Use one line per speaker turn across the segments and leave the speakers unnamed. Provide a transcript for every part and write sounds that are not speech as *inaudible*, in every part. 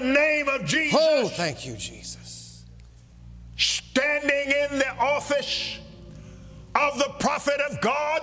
name of Jesus,
Oh, thank you, Jesus.
standing in the office of the prophet of God,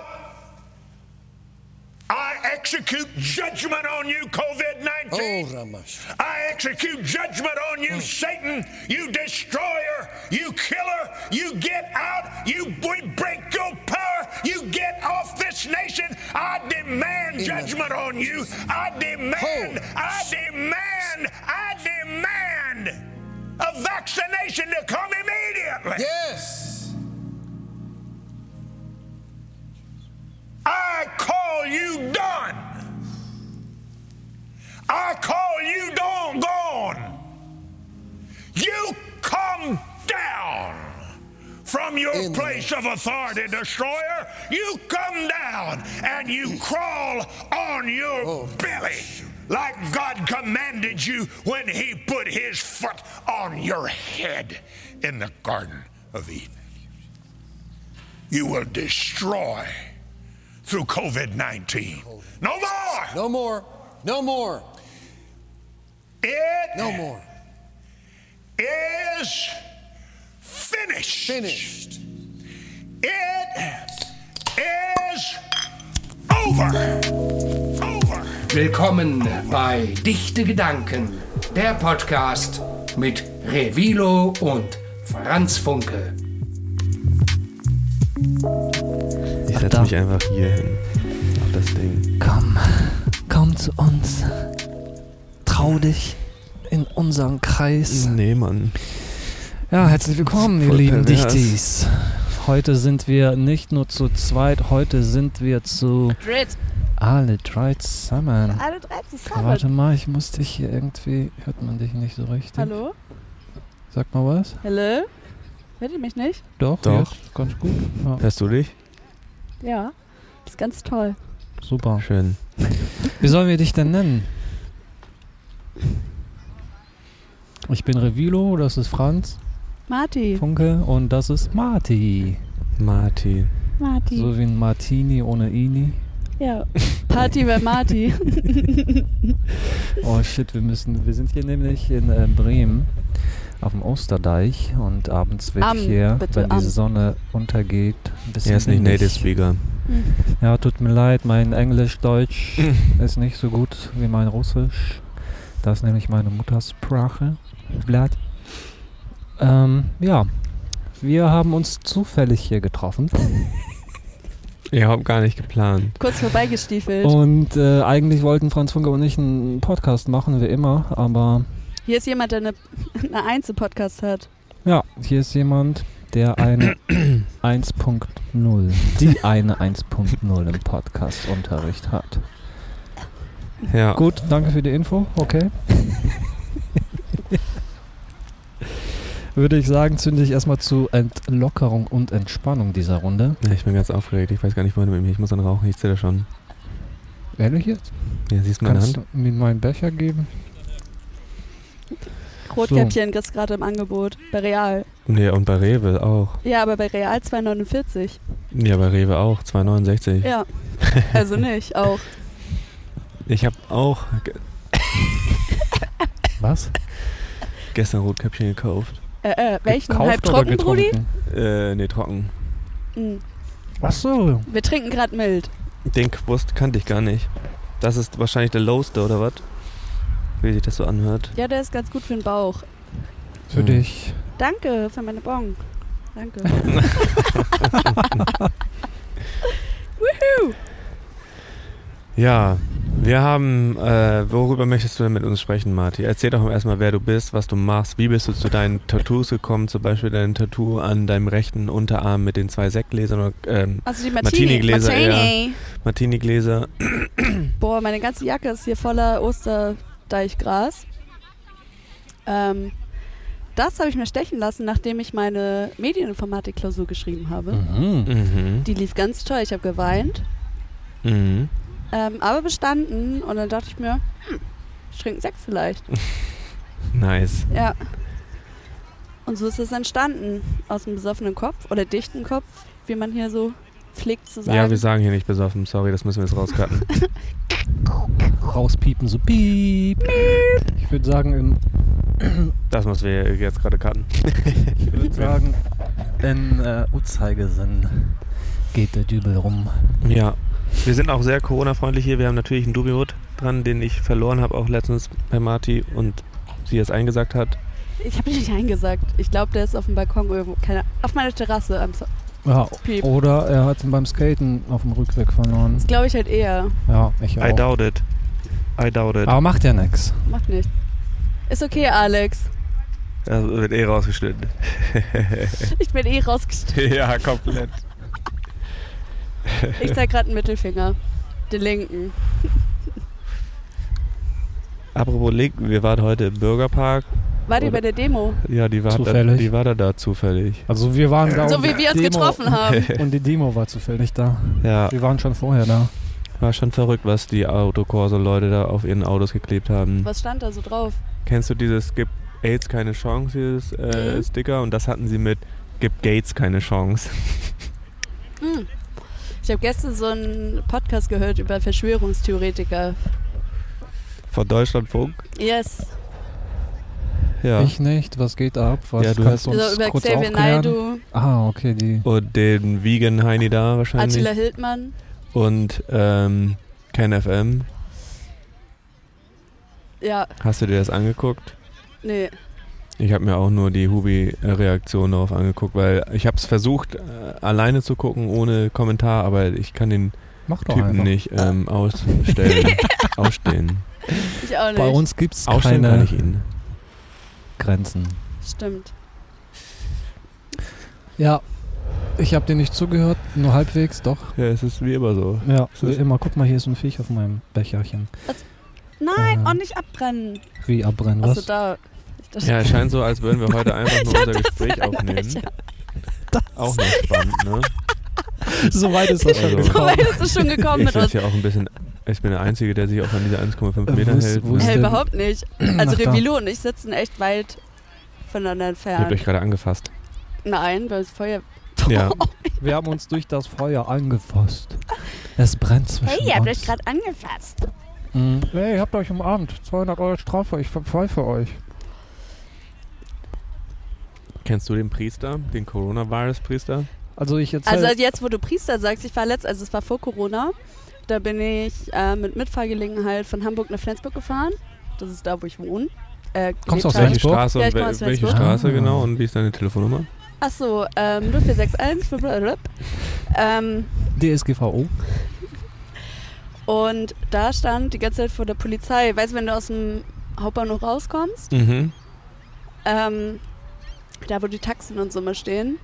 I execute judgment on you, COVID
Oh,
19.
Ramash.
I execute judgment on you, Satan, you destroyer, you killer. You get out. You we break your power. You get off this nation. I demand judgment on you. I demand,
Hold.
I demand, I demand a vaccination to come immediately.
Yes.
I call you done. I call you done gone. You come down from your
In the
place of authority, destroyer. You come down and you
*clears throat*
crawl on your
Oh.
belly like God commanded you when He put His foot on your head in the Garden of Eden. You will destroy through COVID 19. No more!
No more. No more.
It
No more.
is finished.
Finished.
It is over. Over.
Willkommen bei Dichte Gedanken, der Podcast mit Revilo und Franz Funke.
Ich setze mich einfach hier hin. Auf das Ding.
Komm, komm zu uns. Trau dich in unseren Kreis.
Nee, Mann.
Ja, herzlich willkommen, ihr
Voll
lieben
pervers.
Dichtis. Heute sind wir nicht nur zu zweit, heute sind wir zu
Madrid.
alle drei zusammen.
Alle 30 Sabbat.
Warte mal, ich muss dich hier irgendwie. Hört man dich nicht so richtig?
Hallo?
Sag mal was.
Hallo? Hört ihr mich nicht?
Doch,
Doch.
jetzt ganz gut. Ja,
Hörst du dich?
Ja. Das ist ganz toll.
super.
Schön.
Wie sollen wir dich denn nennen? Ich bin Revilo, das ist Franz
Marti.
Funke und das ist Marti.
Marti.
Marti.
So wie ein Martini ohne Ini.
Ja. Party
*laughs*
bei Marti.
Oh shit, wir müssen. Wir sind hier nämlich in äh, Bremen auf dem Osterdeich und abends wird
Am,
hier,
bitte,
wenn die
am.
Sonne untergeht, ein bisschen.
Er ist nicht
windig.
Native Speaker.
Ja, tut mir leid,
*laughs*
mein Englisch-Deutsch ist nicht so gut wie mein Russisch. Das ist nämlich meine Muttersprache. Blatt. Ähm, ja. Wir haben uns zufällig hier getroffen.
Ich hab gar nicht geplant.
Kurz vorbeigestiefelt.
Und äh, eigentlich wollten Franz Funke und ich einen Podcast machen, wie immer, aber
Hier ist jemand, der eine, eine Eins im Podcast hat.
Ja, hier ist jemand, der *clears throat* eine 1.0, die eine 1.0 im Podcast-Unterricht hat.
Ja.
Gut, danke für die Info, okay. Würde ich sagen, zünde ich erstmal zu Entlockerung und Entspannung dieser Runde.
Ja, ich bin ganz aufgeregt. Ich weiß gar nicht, wohin mit mir. Ich muss dann rauchen. Ich zitter schon.
Ehrlich jetzt?
Ja, siehst du meine
Kannst
Hand?
du mir meinen Becher geben?
Rotkäppchen ist gerade im Angebot. Bei Real.
Nee, und bei Rewe auch.
Ja, aber bei Real 2,49.
Ja, bei Rewe auch. 2,69.
Ja. Also nicht. Auch.
Ich habe auch ge
Was?
gestern Rotkäppchen gekauft.
Äh, äh, welchen?
Gekauft
Halb
oder
trocken, Brudi?
getrunken?
Äh, nee, trocken.
Mhm.
Ach so.
Wir trinken gerade mild.
Den Quust kannte ich gar nicht. Das ist wahrscheinlich der Lowste, oder was? Wie sich das so anhört.
Ja, der ist ganz gut für den Bauch.
Für
Hm.
dich.
Danke für meine Bon. Danke.
Ja, wir haben, äh, worüber möchtest du denn mit uns sprechen, Marti? Erzähl doch erstmal, wer du bist, was du machst, wie bist du zu deinen Tattoos gekommen, zum Beispiel dein Tattoo an deinem rechten Unterarm mit den zwei Sektgläsern, oder, ähm,
Also die Martini.
Martini-Gläser, ja. Martini-Gläser.
Boah, meine ganze Jacke ist hier voller Osterdeichgras. Ähm, das habe ich mir stechen lassen, nachdem ich meine Medieninformatik-Klausur geschrieben habe.
Mhm.
Mhm.
Die lief ganz toll, ich habe geweint,
Mhm.
ähm, aber bestanden. Und dann dachte ich mir, hm, ich trinke Sekt vielleicht.
Nice.
Ja. Und so ist es entstanden. Aus einem besoffenen Kopf oder dichten Kopf, wie man hier so pflegt zu sagen.
Ja, wir sagen hier nicht besoffen, sorry, das müssen wir jetzt rauscutten.
Rauspiepen, so piep. Ich würde sagen, im,
Das müssen wir jetzt gerade cutten.
ich würd sagen, in äh, Uhrzeigersinn geht der Dübel rum.
Ja. Wir sind auch sehr Corona-freundlich hier. Wir haben natürlich einen Dubiot dran, den ich verloren habe, auch letztens bei Marti und sie es eingesagt hat.
ich habe nicht eingesagt. Ich glaube, der ist auf dem Balkon irgendwo. Keine, auf meiner Terrasse. am So-
Ja,
Piep.
oder er hat ihn beim Skaten auf dem Rückweg verloren.
Das glaube ich halt eher.
Ja, ich
I
auch.
doubt it. I doubt it.
Aber macht ja nichts.
Macht nichts. Ist okay, Alex.
Das wird eh rausgeschnitten.
Ich bin eh rausgestellt.
*laughs* ja, komplett.
Ich zeig gerade einen Mittelfinger. Den linken.
Apropos Link, wir waren heute im Bürgerpark.
Wart ihr bei der Demo?
Ja, die war, Da,
Zufällig.
die war da, da zufällig.
Also wir waren da
So
und
wie
die
wir uns
Demo-
getroffen haben.
*laughs* Und die Demo war zufällig da.
Ja,
Wir waren schon vorher da.
war schon verrückt, was die Autokorso-Leute da auf ihren Autos geklebt haben.
Was stand da so drauf?
Kennst du dieses Gib AIDS keine Chance, dieses äh,
Mhm.
Sticker? Und das hatten sie mit Gib Gates keine Chance. *laughs*
Ich habe gestern so einen Podcast gehört über Verschwörungstheoretiker.
Von Deutschlandfunk.
Yes.
Ja.
Ich nicht, was geht ab? Was
Ja, du
kannst du uns
Also über
kurz
Xavier
aufklären?
Naidu,
Ah, okay, die.
Und den Vegan Heini da wahrscheinlich.
Attila Hildmann.
Und ähm, Ken FM.
Ja,
Hast du dir das angeguckt?
nee.
Ich habe mir auch nur die Hubi-Reaktion darauf angeguckt, weil ich habe es versucht, äh, alleine zu gucken, ohne Kommentar, aber ich kann den
Mach doch
Typen
einfach.
nicht ähm,
*laughs*
ausstellen. ausstehen.
Ich auch
Bei
nicht.
uns gibt's
Ausstellen
keine
kann ich ihn.
Grenzen.
Stimmt.
Ja, ich habe dir nicht zugehört, nur halbwegs, doch.
Ja, es ist wie immer so.
Ja,
Das
wie
ist-
immer. Guck mal, hier ist ein Viech auf meinem Becherchen.
Nein,
Ähm.
auch nicht abbrennen.
Wie abbrennen,
Achso,
was?
da. Ich dachte,
Ja, es scheint so, als würden wir heute einfach
*laughs*
nur unser Gespräch
ein
aufnehmen.
Becher.
Auch nicht spannend,
*laughs*
ne?
*laughs* so weit
*laughs*
ist das schon
Also-
*laughs* so
gekommen.
weit ist es schon gekommen
Ich
mit uns.
sitze ja auch ein bisschen. Ich bin der Einzige, der sich auch an diese 1,5
Äh,
Meter
wo ist-
hält.
wo
ne?
ist-
Hey,
denn- *clears throat*
überhaupt nicht. Also
Ach, da.
Revilo und ich sitzen echt weit voneinander
Ihr habt
entfernt.
euch gerade angefasst.
Nein, weil
*laughs*
das Feuer. *laughs*
Ja.
Wir haben uns durch das Feuer angefasst. Es brennt zwischen
Hey, ihr habt euch
uns.
gerade angefasst.
Mhm. Nee, ihr habt euch umarmt. 200 Euro Strafe, ich verpfeife euch.
Kennst du den Priester, den Coronavirus-Priester?
Also ich erzähle...
Also jetzt, wo du Priester sagst, ich war letzt, also es war vor Corona, da bin ich äh, mit Mitfahrgelegenheit von Hamburg nach Flensburg gefahren. Das ist da, wo ich wohne. Äh,
Kommst du aus
Welche
gelebt
Flensburg?
Straße
Ja,
und
ich komme
wel
aus
welche
Flensburg.
Straße
Ah.
genau und wie ist deine Telefonnummer?
habe. Achso, ähm, 0461. blablabla. ähm,
DSGVO.
und da stand die ganze Zeit vor der Polizei. Weißt du, wenn du aus dem Hauptbahnhof rauskommst,
Mhm.
Ähm, da, wo die Taxen und so mal stehen,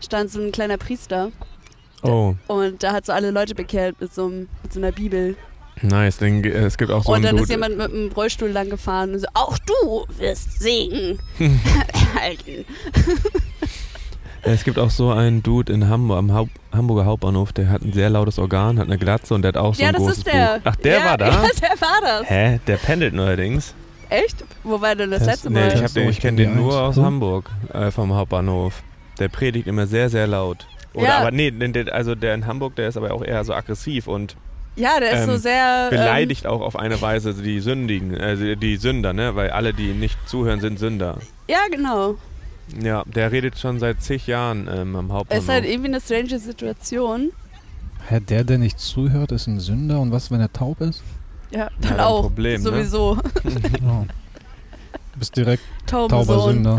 stand so ein kleiner Priester
Oh,
und da hat so alle Leute bekehrt mit so, einem, mit so einer Bibel.
nice. Denn, äh, es gibt auch so
und Oh, dann
einen
ist jemand mit einem Rollstuhl lang gefahren und so, auch du
*laughs*
wirst Segen erhalten.
Es gibt auch so einen Dude in Hamburg, am Haupt, Hamburger Hauptbahnhof, der hat ein sehr lautes Organ, hat eine Glatze und der hat auch so
ja,
ein
das
großes
ist der.
Buch. Ach, der
ja,
war da?
*laughs* Ja, der war das.
Hä? Der pendelt neuerdings.
Echt? Wo war denn das,
Das-
letzte
Nee,
Mal?
ich, hab
Achso,
den- ich
ich
kenne
bin
den
die
nur
Eins.
aus
Hm?
Hamburg, äh, vom Hauptbahnhof. Der predigt immer sehr, sehr laut. Oder
Ja.
aber nee, denn der, also der in Hamburg, der ist aber auch eher so aggressiv und
ja, der ist so
ähm,
sehr. ähm,
beleidigt auch auf eine Weise die Sündigen, äh, die Sünder, ne? Weil alle, die ihm nicht zuhören, sind Sünder.
ja, genau.
Ja, der redet schon seit zig Jahren ähm, am Hauptbahnhof.
Ist halt irgendwie eine strange Situation.
Hä, der, der nicht zuhört, ist ein Sünder. Und was, wenn er taub ist?
Ja,
Ja,
dann
ein
auch.
Problem, ne?
Sowieso. *laughs*
Ja. Oh. Du bist direkt
Tauben
tauber
Sohn.
Sünder.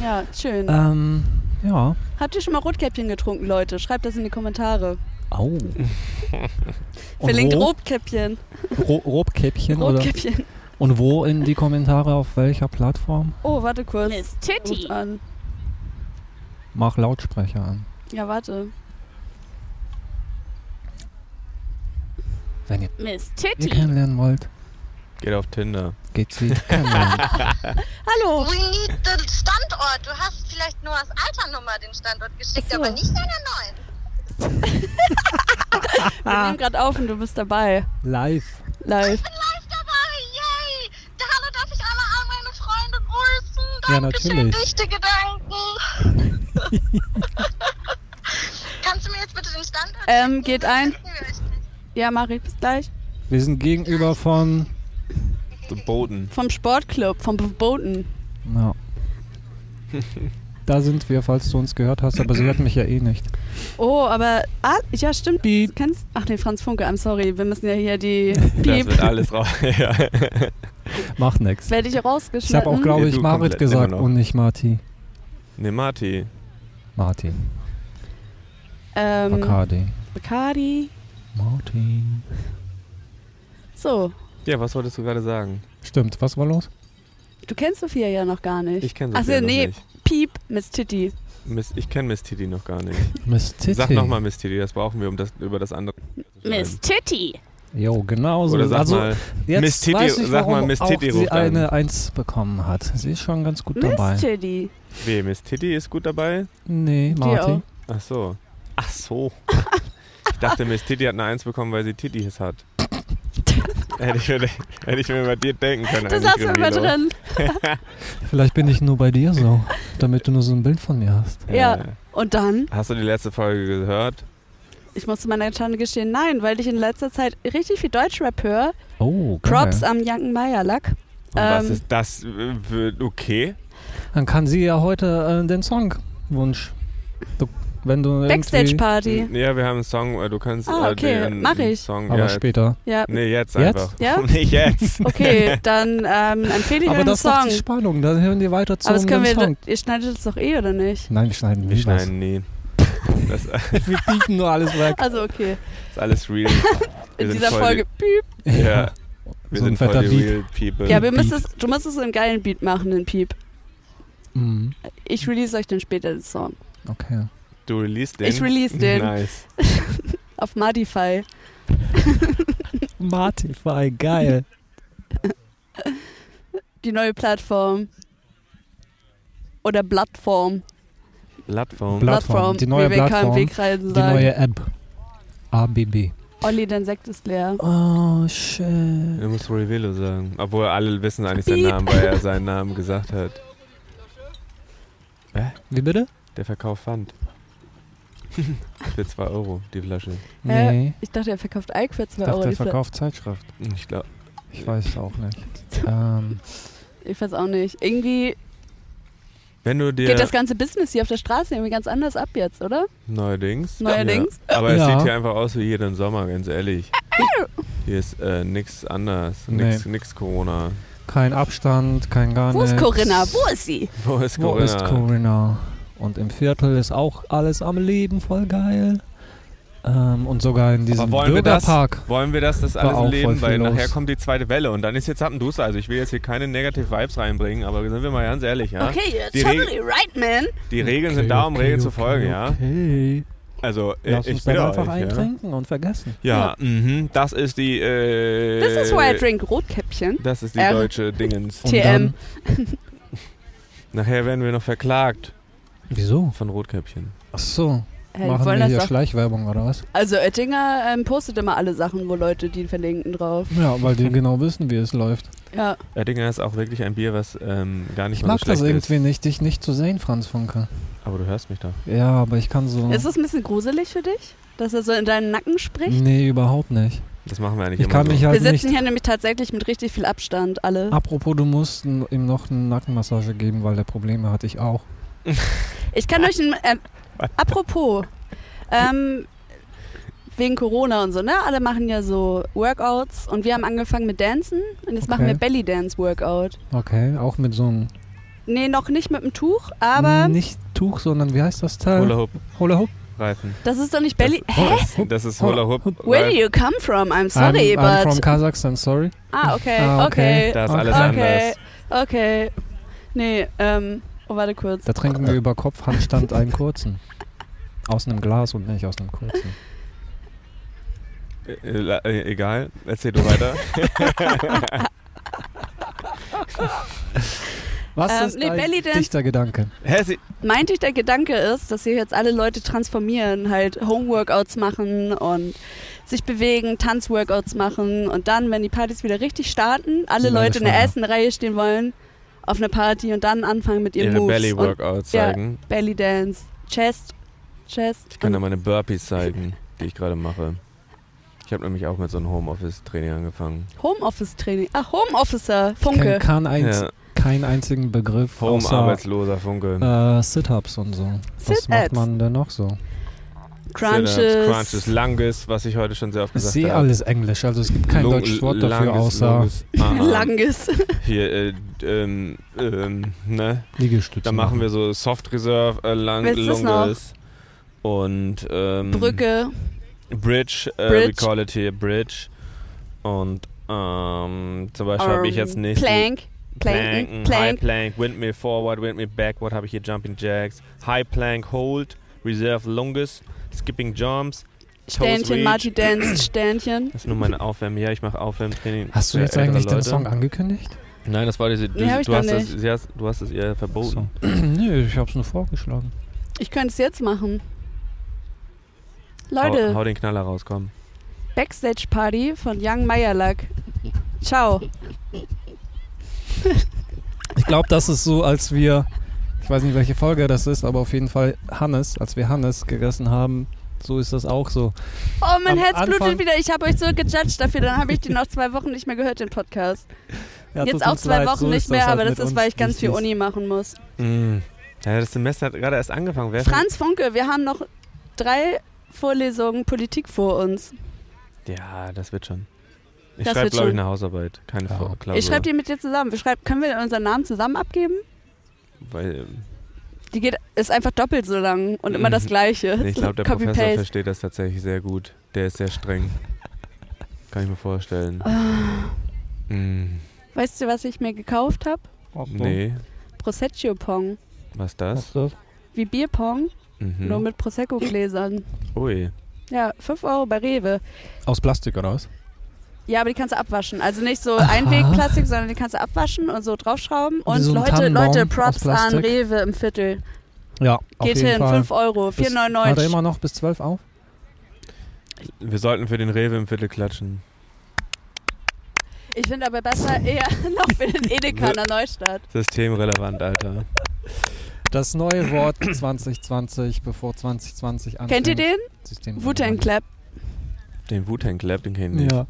Ja, schön.
Ähm, ja.
Habt ihr schon mal Rotkäppchen getrunken, Leute? Schreibt das in die Kommentare. *laughs*
Au.
Verlinkt
wo?
Rotkäppchen.
Ro Robkäppchen oder?
Rotkäppchen.
Und wo in die Kommentare auf welcher Plattform?
Oh, warte kurz. Miss Titty. An.
Mach Lautsprecher an.
Ja, warte.
Wenn ihr
Miss
ihr
Titty.
kennenlernen wollt,
Geht auf Tinder.
geht sie kennenlernen.
Hallo.
We need den Standort. Du hast vielleicht nur aus alter Nummer den Standort geschickt,
Ach so.
aber nicht deiner neuen.
Wir nehmen gerade auf und du bist dabei.
*laughs* Live.
Live.
Ich bin live dabei. Yay. Hallo, darf ich alle all meine Freunde grüßen?
Ja,
Dankeschön,
natürlich.
dichte Gedanken. Kannst du mir jetzt bitte den Standort?
Ähm, geht ein.
Finden wir euch nicht.
Ja, mach ich bis gleich.
Wir sind gegenüber von.
The Boden.
Vom Sportclub, vom Boten.
Ja. Da sind wir, falls du uns gehört hast, aber sie hört mich ja eh nicht.
Oh, aber. Ah, ja, stimmt.
Piep.
Du kennst. Ach nee, Franz Funke, I'm sorry. Wir müssen ja hier die.
Das
Piep.
wird alles raus. *laughs* ja.
Macht nix.
Werde ich
Ich habe auch,
rausgeschnitten.
glaube
Nee,
ich,
du
Marit
komplett,
gesagt
immer noch.
und nicht Marti.
Ne, Marti.
Martin.
Ähm,
Bacardi.
Bacardi.
Martin.
So.
Ja, was wolltest du gerade sagen?
Stimmt, was war los?
Du kennst Sophia ja noch gar nicht.
Ich kenne
Ach so,
Sophia noch
nee.
nicht.
Piep, Miss Titty.
Miss, ich kenne Miss Titi noch gar nicht.
Miss Titty.
Sag nochmal Miss Titi, das brauchen wir, um das über das andere. zu schreiben.
Titty.
Jo, genau so.
Oder sag
also,
mal,
jetzt
Miss Titty-
weiß ich,
sag mal,
warum
Miss
auch
Titty
sie
ruft an.
eine 1 bekommen hat. Sie ist schon ganz gut dabei.
Miss Titty.
weh, Miss Titi ist gut dabei?
Nee, Martin.
Ach so. Ach
*laughs*
so. Ich dachte, Miss Titi hat eine Eins bekommen, weil sie Titis
*laughs*
hat. hätte, ich mir, hätte ich mir bei dir denken können.
Das lassen
eigentlich,
wir mal
Revilo.
drin.
Vielleicht bin ich nur bei dir so, damit du nur so ein Bild von mir hast.
Ja.
Äh,
Und dann,
Hast du die letzte Folge gehört?
ich muss zu meiner Schande gestehen, nein, weil ich in letzter Zeit richtig viel Deutschrap höre.
Oh, geil.
Props am Janken Meyer-Lack.
Und was
Ähm.
ist das? äh, für- Okay.
Dann kann sie ja heute äh, den Songwunsch. Du, wenn du irgendwie-
Backstage-Party.
Ja, wir haben einen Song. äh, Du kannst.
Ah,
äh,
okay,
den
mach ich.
Song,
Aber
ja,
später.
Ja.
Nee, jetzt,
Jetzt?
einfach. *laughs*
Ja?
Nicht
*laughs*
jetzt. *laughs*
Okay, dann ähm, empfehle ich
Aber
euren
das ist doch
Song.
die Spannung. Dann hören die weiter zu
Aber das
um
können wir,
Song.
ihr schneidet es doch eh, oder nicht?
Nein, wir
Wir
schneiden nie was.
schneiden nie. Das ist
*laughs* Wir bieten nur alles weg.
Also okay,
alles real. Wir
*laughs* in
sind
dieser
voll
Folge. Piep.
Die, *laughs* ja. Wir
So ein
sind voll
fetter
die
Beat.
real people.
Ja, wir
Beat.
müssen es, du musst es in einem geilen Beat machen, den Piep.
*laughs* Mhm.
Ich release euch dann später den Song.
Okay.
Du release den.
Ich release den.
Nice.
Auf Modify.
Martify, geil.
Die neue Plattform. Oder Plattform.
Plattform.
Pla- Plattform. Die neue
wie wir
Plattform.
KMW-Kreisen
Die
sagen.
neue App. ABB.
Olli, dein Sekt ist leer.
Oh, shit.
Du musst Revelo sagen. Obwohl alle wissen eigentlich seinen
Piep.
Namen, weil er seinen Namen gesagt hat.
Wie bitte?
Äh,
Der Verkauf fand. *laughs* Für 2 Euro die Flasche.
Äh,
Nee.
Ich dachte, er verkauft Alk für 2
Ich
Euro.
dachte,
die Fla-
verkauft Zeitschrift.
Ich glaube.
Ich weiß es auch nicht. ähm,
Ich weiß auch nicht. Irgendwie
Wenn du dir
geht das ganze Business hier auf der Straße irgendwie ganz anders ab jetzt, oder?
neuerdings.
Neuerdings.
Ja. Aber
Ja.
es sieht hier einfach aus wie jeden Sommer, ganz ehrlich. Hier ist äh, nichts anders. Nix, nix Corona.
kein Abstand, kein gar
Wo
nichts.
ist Corinna? Wo ist sie?
Wo ist
Wo
Corona?
ist Corinna? Und im Viertel ist auch alles am Leben, voll geil. Ähm, und sogar in diesem
Aber wollen wir das?
Bürgerpark.
Wollen wir, dass das
War
alles
auch
im
voll
Leben,
viel
weil
los.
nachher kommt die zweite Welle und dann ist jetzt Zappenduster. Also ich will jetzt hier keine Negative Vibes reinbringen, aber sind wir mal ganz ehrlich, ja?
Okay, you're
Die
totally right, man.
Die Regeln sind da, um Regeln zu folgen, ja?
Okay.
Also äh,
Lass
ich
uns
bin
dann einfach
euch, ja?
eintrinken und vergessen.
Ja, mhm, das ist die. Äh,
This is why I drink Ähm, Rotkäppchen.
Das ist die
R.
deutsche Dingens.
Und
TM.
dann,
Nachher werden wir noch verklagt
wieso?
von Rotkäppchen.
Ach so,
Hey, die
machen
wollen
wir hier
das doch.
Schleichwerbung oder was?
Also Oettinger ähm, postet immer alle Sachen, wo Leute die verlinken drauf.
Ja, weil die genau wissen, wie es läuft.
Ja,
Oettinger Äh, ist auch wirklich ein Bier, was ähm, gar nicht
Ich
mal
mag
so
das
schlecht
irgendwie nicht, dich nicht zu sehen, Franz Funke.
ist. Aber du hörst mich doch.
Ja, aber ich kann so.
ist das ein bisschen gruselig für dich, dass er so in deinen Nacken spricht?
nee, überhaupt nicht.
Das machen wir eigentlich
Ich
immer
kann
so.
mich
Wir
halt nicht.
sitzen hier nämlich tatsächlich mit richtig viel Abstand, alle.
Apropos, du musst n- ihm noch eine Nackenmassage geben, weil der Probleme hatte ich auch.
Ich kann euch ein. Äh, apropos. Ähm, wegen Corona und so, ne? Alle machen ja so Workouts und wir haben angefangen mit Dancen und jetzt machen
Okay.
wir Belly Dance Workout.
Okay, auch mit so einem
Nee, noch nicht mit dem Tuch, aber
nicht Tuch, sondern wie heißt das Teil?
Hula Hoop
Hula Hoop.
Reifen.
das ist doch nicht Belly. Hä?
Das, das ist Äh, Hula Hoop.
Where do
Reifen.
you come from? I'm sorry,
I'm, I'm from
but.
Kazakhstan, sorry.
Ah, okay,
Ah, okay.
okay.
Da ist
Okay.
alles
okay,
anders.
okay. Nee, ähm, oh, warte kurz.
Da trinken wir über Kopfhandstand einen kurzen. Aus einem Glas und nicht aus einem kurzen.
Äh, äh, egal, erzähl du
*laughs*
weiter.
Was
Ähm,
ist
nee,
dein
Belly Dance-
dichter Gedanke?
Hä, sie,
Meinte ich, der Gedanke ist, dass hier jetzt alle Leute transformieren, halt Homeworkouts machen und sich bewegen, Tanzworkouts machen und dann, wenn die Partys wieder richtig starten, alle
Sind alle
Leute in der
schwanger.
ersten Reihe stehen wollen, auf eine Party und dann anfangen mit ihren
ihre
Moves.
Belly
und
Workouts
ja.
zeigen.
Belly Dance, Chest, Chest. ähm,
Ich kann da meine Burpees zeigen, die ich gerade mache. Ich habe nämlich auch mit so einem Homeoffice-Training angefangen.
Homeoffice-Training. Ach, Homeofficer,
Ich
Funke.
kenn kann eins,
Ja,
keinen einzigen Begriff außer
Home-Arbeitsloser Funke.
äh, Sit-Ups und so. Was macht
Sit-Ups.
man denn noch so?
Crunches.
Sit-ups, Crunches, Lunges, was ich heute schon sehr oft
Ich
gesagt
sehe
habe.
alles Englisch, also es gibt kein
Lung-
deutsches Wort dafür
Lunges,
außer *laughs*
Lunges, ah, ah.
Langes.
Hier, äh, ähm, ähm, ne?
Liegestütze.
Da machen wir so Soft Reserve, äh, Lang
Willst du's noch?
Lunges und ähm,
Brücke.
Bridge, äh,
Bridge.
we call it here Bridge. Und ähm, zum Beispiel habe ich jetzt
ähm,
nächsten
Plank.
Planken,
Planken.
High
Plank.
Plank, Windmill Forward, Windmill Backward habe ich hier Jumping Jacks, High Plank Hold, Reserve Lunges, Skipping Jumps.
Sternchen,
Reach.
Marty
*clears throat*
Dance, Sternchen.
Das ist nur meine Aufwärmen. Ja, ich mache Aufwärmtraining.
Hast du
für
jetzt
ältere
eigentlich den
Leute.
Song angekündigt?
Nein, das war diese. Du,
Nee, hab ich
du,
noch
hast es,
nicht.
sie hast, du hast es ihr *clears throat* verboten.
Nö, ich hab's nur vorgeschlagen.
Ich könnte es jetzt machen.
Hau,
Leute,
hau den Knaller raus, komm.
Backstage Party von Young Meyerlack. Ciao.
Ich glaube, das ist so, als wir, ich weiß nicht, welche Folge das ist, aber auf jeden Fall Hannes, als wir Hannes gegessen haben, so ist das auch so.
Oh, mein
Am
Herz
Anfang-
blutet wieder. Ich habe euch so gejudged dafür. Dann habe ich den noch zwei Wochen nicht mehr gehört, den Podcast.
Ja, tut
Jetzt auch
uns
zwei
leid,
Wochen
so
nicht
ist
mehr,
halt
aber
mit
das ist,
uns.
weil ich ganz
Dies,
viel
dies.
Uni machen muss.
Mm. Ja, das Semester hat gerade erst angefangen. Wer
Franz Funke, wir haben noch drei Vorlesungen Politik vor uns.
Ja, das wird schon. Ich
Das
schreibe,
wird
glaube ich,
schon.
eine Hausarbeit. Keine
Ja.
ja. Klausur.
Ich schreibe die mit dir zusammen. Wir schreiben, können wir unseren Namen zusammen abgeben?
Weil, ähm,
Die geht, ist einfach doppelt so lang und immer
Mhm.
das Gleiche.
nee, ich glaube, der
Copy
Professor
Paste.
versteht das tatsächlich sehr gut. Der ist sehr streng. Kann ich mir vorstellen.
Ah.
Mm.
Weißt du, was ich mir gekauft habe?
Nee,
Prosecco Pong.
was das?
Wie Bierpong, nur
Mhm.
mit Prosecco Gläsern.
Ui.
Ja, 5 Euro bei Rewe.
Aus Plastik oder was?
Ja, aber die kannst du abwaschen. Also nicht so Einwegplastik, sondern die kannst du abwaschen und so draufschrauben. Und
so ein
Leute,
Tannenbaum
Leute,
aus
Props an
Plastik.
Rewe im Viertel.
Ja, auf
Geht
jeden
hin,
Fall.
5 Euro,
Bis- Hat er
4,99.
immer noch bis 12 auf?
Wir sollten für den Rewe im Viertel klatschen.
Ich finde aber besser eher *laughs* noch für den Edeka in der Neustadt.
Systemrelevant, Alter.
Das neue Wort *coughs* 2020, bevor 2020 anfängt.
Kennt ihr den?
System
Wutan Clap.
Den Wu-Tang Clap, den kenn ich nicht.
Ja.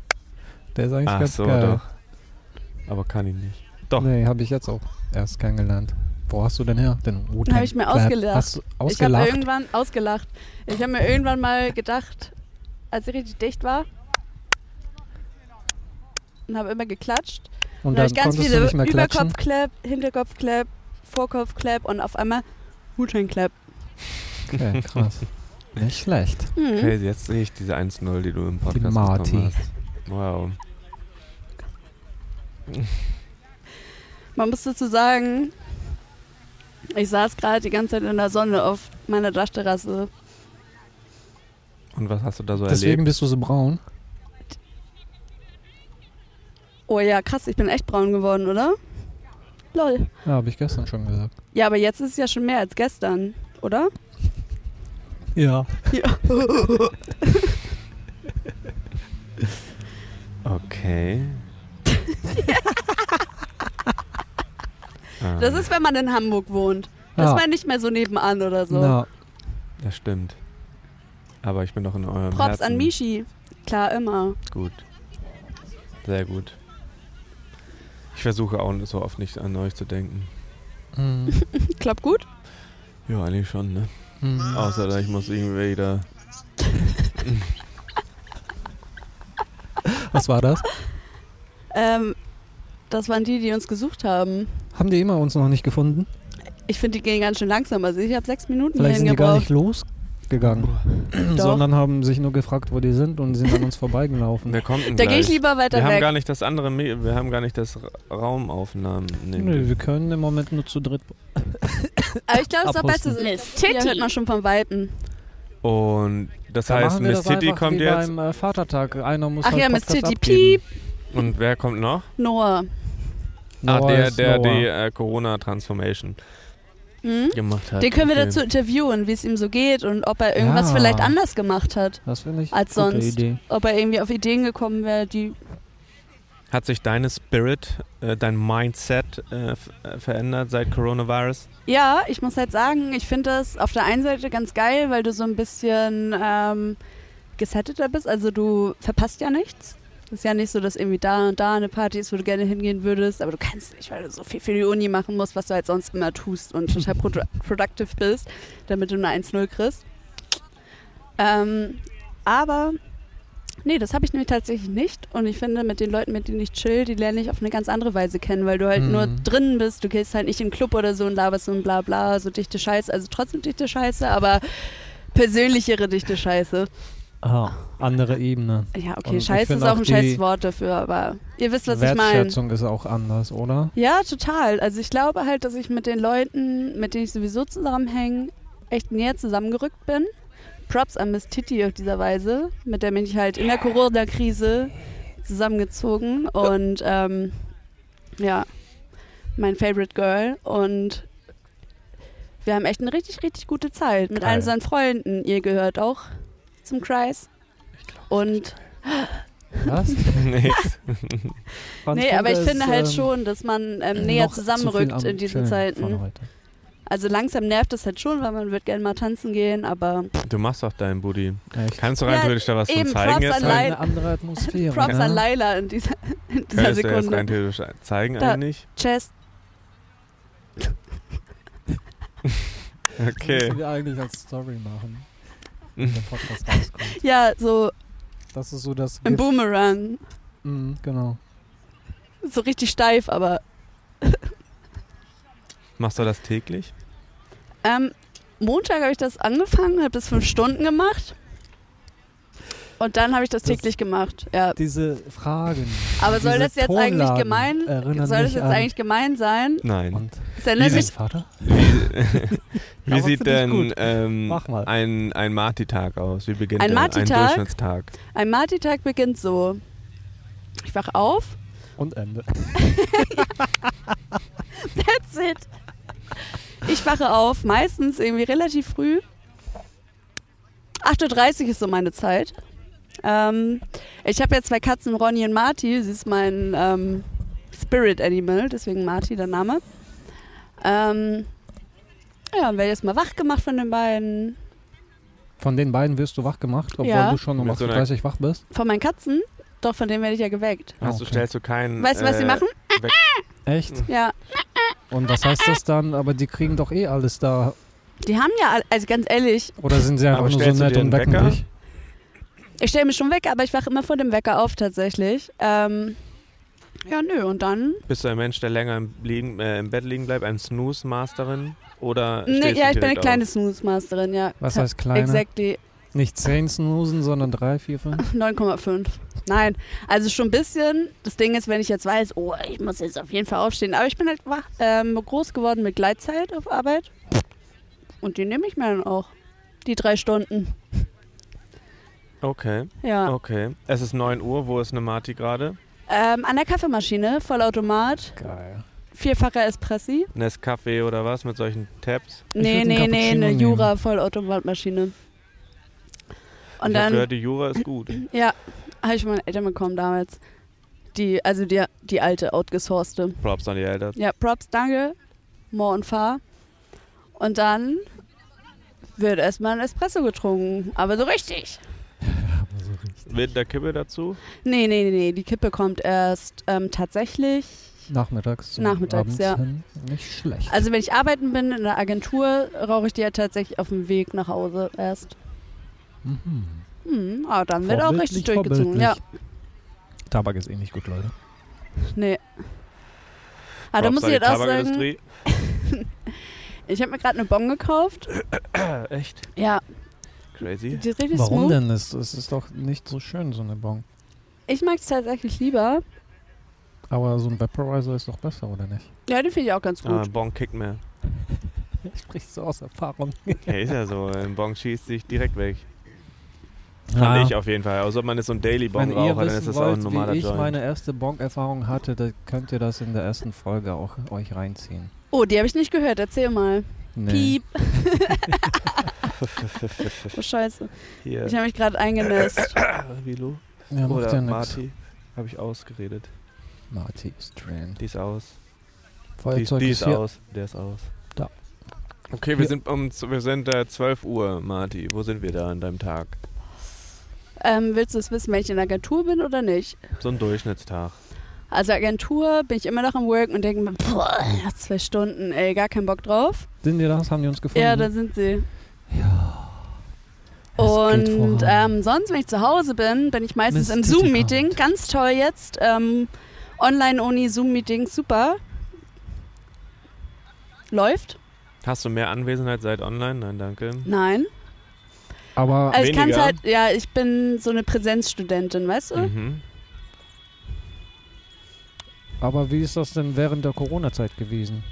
Der ist eigentlich
Ach
ganz
so,
geil.
doch. Aber kann ich nicht. Doch.
Nee, habe ich jetzt auch erst kennengelernt. Wo hast du denn her? Den Wu-Tang
Hab ich mir
Clan.
ausgelacht.
Hast du
Ich habe
ausgelacht?
irgendwann ausgelacht. Ich habe mir irgendwann mal gedacht, als ich richtig dicht war, und habe immer geklatscht.
und
habe
dann
ich ganz
konntest
viele
du nicht mehr klatschen?
Überkopfclap, Hinterkopfclap, Vorkopfclap und auf einmal Hutscheinclap.
Okay,
*laughs*
krass. Nicht schlecht.
Hm.
Okay, jetzt sehe ich diese 1-0, die du im Podcast bekommen
Marti.
hast. Wow.
Man muss dazu sagen, ich saß gerade die ganze Zeit in der Sonne auf meiner Dachterrasse.
Und was hast du da so
Deswegen
erlebt?
bist du so braun.
Oh ja, krass, ich bin echt braun geworden, oder? Lol.
Ja, habe ich gestern schon gesagt.
Ja, aber jetzt ist es ja schon mehr als gestern, oder?
Ja.
Okay. ah,
Das ist, wenn man in Hamburg wohnt. Das
Ja.
ist man nicht mehr so nebenan oder so.
Na,
das stimmt. Aber ich bin doch in eurem
Props
Herzen.
an Mishi. Klar, immer.
Gut. Sehr gut. Ich versuche auch so oft nicht an euch zu denken.
mm,
Klappt gut?
Ja, eigentlich schon, ne?
mm.
Außer da ich muss irgendwie wieder...
Was war das?
Ähm, das waren die, die uns gesucht haben.
Haben die immer uns noch nicht gefunden?
Ich finde, die gehen ganz schön langsam. Also ich habe sechs Minuten
Vielleicht sind die
hierhin
gar
gebraucht.
nicht losgegangen, sondern haben sich nur gefragt, wo die sind und sind an uns vorbeigelaufen.
Wer kommt denn
Da gehe
gleich?
ich lieber weiter
wir haben
weg.
gar nicht das andere, Me- wir haben gar nicht das Ra- Raumaufnahmen. Nee,
Nö, wir können im Moment nur zu dritt.
Aber ich glaube, es ist auch
Abhusten.
besser so. Hier hört man schon vom Weiten.
Und das
Da
heißt,
machen wir
Miss
das
Titi
einfach
kommt
wie
jetzt.
beim äh, Vatertag. Einer muss
Ach
halt
ja, Miss
Podcast
Titi,
abgeben.
piep.
Und wer kommt noch?
Noah.
ah,
Noah
der,
ist
der
Noah.
die äh, Corona-Transformation
Hm?
gemacht hat.
Den können wir
Okay.
dazu interviewen, wie es ihm so geht und ob er irgendwas
Ja.
vielleicht anders gemacht hat.
Das finde ich
Als
gute
sonst.
Idee.
Ob er irgendwie auf Ideen gekommen wäre, die
Hat sich deine Spirit, äh, dein Mindset äh, f- äh, verändert seit Coronavirus? *laughs*
Ja, ich muss halt sagen, ich finde das auf der einen Seite ganz geil, weil du so ein bisschen ähm, gesetteter bist. Also du verpasst ja nichts. Ist ja nicht so, dass irgendwie da und da eine Party ist, wo du gerne hingehen würdest, aber du kannst nicht, weil du so viel für die Uni machen musst, was du halt sonst immer tust und total produ productive bist, damit du eine 1-0 kriegst. Ähm, aber nee, das habe ich nämlich tatsächlich nicht und ich finde, mit den Leuten, mit denen ich chill, die lerne ich auf eine ganz andere Weise kennen, weil du halt nur
Mhm.
drinnen bist, du gehst halt nicht in den Club oder so und laberst so ein bla bla, so dichte Scheiße, also trotzdem dichte Scheiße, aber persönlichere dichte Scheiße.
Aha, Ah, andere Ebene.
Ja, okay,
Und Also ich
Scheiße ist
find
auch
auch
ein
die
scheiß Wort dafür, aber ihr wisst, was ich meine.
Wertschätzung ist auch anders, oder?
Ja, total. Also ich glaube halt, dass ich mit den Leuten, mit denen ich sowieso zusammenhänge, echt näher zusammengerückt bin. Props an Miss Titi auf dieser Weise. Mit der bin ich halt in der Corona-Krise zusammengezogen und ähm, ja, mein Favorite Girl. Und wir haben echt eine richtig, richtig gute Zeit mit
Geil.
allen seinen Freunden. Ihr gehört auch zum Kreis. Und
*laughs* Was?
Nix.
Franz
nee, aber ich
Funke ist,
finde halt
ähm,
schon, dass man ähm, näher
noch zu viel
zusammenrückt
am
in diesen
Chillen
Zeiten.
Von heute.
Also langsam nervt es halt schon, weil man wird gerne mal tanzen gehen, aber
Du machst doch deinen Buddy.
Echt.
Kannst du rein
Ja,
theoretisch da was von
eben,
zeigen
Props
jetzt?
an
Rein-
Leid-
Eine andere Atmosphäre.
Props
ja?
an Laila in dieser, *laughs* in dieser
Könntest du jetzt rein
Sekunde.
theoretisch zeigen
Da-
eigentlich?
Chest.
Okay.
Müssen wir eigentlich als Story machen, wenn der Podcast rauskommt.
Ja, so
Das ist so das
im
Gift.
Boomerang.
Mhm, genau.
So richtig steif, aber.
Machst du das täglich?
Ähm, Montag habe ich das angefangen, habe das fünf Stunden gemacht. Und dann habe ich das
Das-
täglich gemacht. Ja.
Diese Fragen.
Aber soll
diese
das jetzt eigentlich
Tonlagen
gemein?
erinnern
Soll das
mich
jetzt
an-
eigentlich gemein sein?
Nein.
Und
Es erinnert
dein
mich
Vater? *laughs*
Wie sieht
Aber finde ich
denn
gut.
ähm,
Mach mal.
ein, ein Marti-Tag aus? Wie beginnt
Ein
der-
Marti-Tag?
ein Durchschnittstag?
Ein Marti-Tag beginnt so. Ich wach auf,
Und Ende.
that's it. Ich wache auf, meistens irgendwie relativ früh. 8.30 Uhr ist so meine Zeit. Ähm, ich habe ja zwei Katzen, Ronny und Marty. Sie ist mein ähm, Spirit Animal, deswegen Marty der Name. Ähm, ja, und werde jetzt mal wach gemacht von den beiden.
Von den beiden wirst du wach gemacht, obwohl
Ja.
du schon um
Mit so einer-
8.30 Uhr wach bist.
Von meinen Katzen? Doch, von denen werde ich ja geweckt.
Hast du,
okay.
stellst du keinen.
Weißt du, was sie
äh,
machen?
Weck-
Echt?
Ja.
Und was heißt das dann? Aber die kriegen doch eh alles da.
Die haben ja, all- also ganz ehrlich,
Oder sind sie einfach
Aber
nur so
stellst du
nett
dir
und
einen
wecken
Wecker?
dich?
Ich stelle mich schon weg, aber ich wache immer vor dem Wecker auf tatsächlich. Ähm, ja, nö, und dann.
Bist du ein Mensch, der länger im, liegen, äh, im Bett liegen bleibt, ein Snooze-Masterin? Oder
Nee,
stehst du
ja, ich bin eine
direkt
kleine
auf?
Snooze-Masterin, ja.
Was
Ta-
heißt kleine?
Exactly.
Nicht 10 snoosen, sondern 3, 4, 5.
9,5. Nein, also schon ein bisschen. Das Ding ist, wenn ich jetzt weiß, oh, ich muss jetzt auf jeden Fall aufstehen. Aber ich bin halt wach, ähm, groß geworden mit Gleitzeit auf Arbeit. Und die nehme ich mir dann auch. Die drei Stunden.
Okay,
Ja.
okay. Es ist 9 Uhr, wo ist eine Marti gerade?
Ähm, an der Kaffeemaschine, Vollautomat,
Geil.
vierfacher Espressi.
Nescafé oder was mit solchen Tabs?
Ich
Nee,
würd einen
nee, nee,
Cappuccino
eine
nehmen.
Jura-Vollautomatmaschine. Und
ich hab
dann
gehört, die Jura ist
*clears throat*
gut.
Ja, habe ich von meinen Eltern bekommen damals. Die, also die, die alte, outgesourcete.
Props an die Eltern.
Ja, Props, danke. More und Fahr. Und dann wird erstmal ein Espresso getrunken. Aber so richtig.
Mit der Kippe dazu?
Nee, nee, nee, nee. Die Kippe kommt erst ähm, tatsächlich.
Nachmittags. zum
Nachmittags,
Abends
ja.
hin. Nicht schlecht.
Also wenn ich arbeiten bin in der Agentur, rauche ich die ja tatsächlich auf dem Weg nach Hause erst.
Mhm.
Hm, aber dann wird auch richtig durchgezogen. Ja,
Tabak ist eh nicht gut, Leute.
nee. Aber Ah, da
Props
muss
an
ich
die
jetzt auch sagen,
Tabakindustrie.
ich habe mir gerade eine Bon gekauft.
Ah,
Äh, echt?
Ja, die
Crazy.
ist richtig
Warum
smooth.
denn? Es, es ist doch nicht so schön, so eine Bon.
Ich mag es tatsächlich lieber.
Aber so ein Vaporizer ist doch besser, oder *laughs* nicht?
Ja, den finde ich auch ganz
Ah,
gut.
Bon kickt mehr.
Sprichst du aus Erfahrung?
Ja, ist ja
*laughs*
so. Ein Bon schießt sich direkt weg.
Ah.
Fand ich auf jeden Fall. Also, ob man jetzt so ein Daily Bon
Wenn ihr
raucht, dann ist
wissen
das auch ein
wollt,
normaler
wie ich
Joint.
meine erste Bonk-Erfahrung hatte, dann könnt ihr das in der ersten Folge auch euch reinziehen.
Oh, die habe ich nicht gehört. Erzähl mal. Piep. Oh, scheiße.
*laughs* Hier,
Ich habe mich gerade eingenässt.
Vilo
Ja, macht
oder
ja nix.
Marti. Habe ich ausgeredet.
Marty ist dran.
Die ist aus. Die,
Feuerzeug
die
ist
ist
hier.
aus. Der ist aus.
Da.
Okay, wir
Hier.
sind um z- wir sind äh, 12 Uhr, Marti. Wo sind wir da an deinem Tag?
Ähm, willst du es wissen, wenn ich in der Agentur bin oder nicht?
So ein Durchschnittstag.
Also Agentur bin ich immer noch am Work und denke mir, boah, nach zwei Stunden, ey, gar keinen Bock drauf.
Sind wir das? Haben die uns gefunden?
Ja, da sind sie.
Mhm. Es geht
Und
voran.
ähm, sonst, wenn ich zu Hause bin, bin ich meistens
Miss
im
Titty
Zoom-Meeting.
Count.
Ganz toll jetzt. Ähm, Online-Uni, Zoom-Meeting, super. Läuft?
Hast du mehr Anwesenheit seit online? Nein, danke.
Nein.
Aber
Also ich kann
weniger?
halt, ja, ich bin so eine Präsenzstudentin, weißt du?
Mhm.
Aber wie ist das denn während der Corona-Zeit gewesen?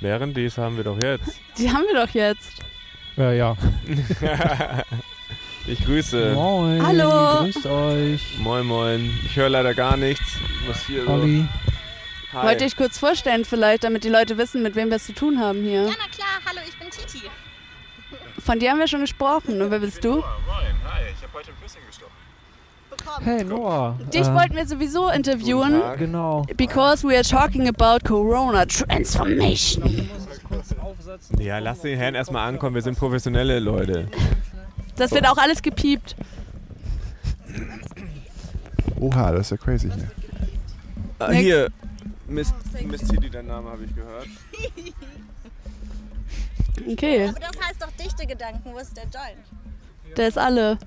Während dies haben wir doch jetzt. *laughs*
Die haben wir doch jetzt.
Ja, ja.
ich grüße.
Moin.
Hallo.
Grüßt euch.
Moin, moin. Ich höre leider gar nichts. Muss hier so.
Olli.
Hi.
Wollte ich kurz vorstellen vielleicht, damit die Leute wissen, mit wem wir es zu tun haben hier.
Ja, na klar, hallo, ich bin Titi.
Von dir haben wir schon gesprochen. Und wer bist du?
Hey, Noah.
Dich
Ähm,
wollten wir sowieso interviewen.
Genau.
Because we are talking about Corona Transformation.
Ja, lass den Herrn erstmal ankommen. Wir sind professionelle Leute.
Das wird auch alles gepiept.
Oha, das ist ja crazy hier.
Ah,
Next.
hier. Miss, Miss Titty, dein Name habe ich gehört.
Okay,
Aber das heißt doch dichte Gedanken, wo ist der Joint?
der ist alle.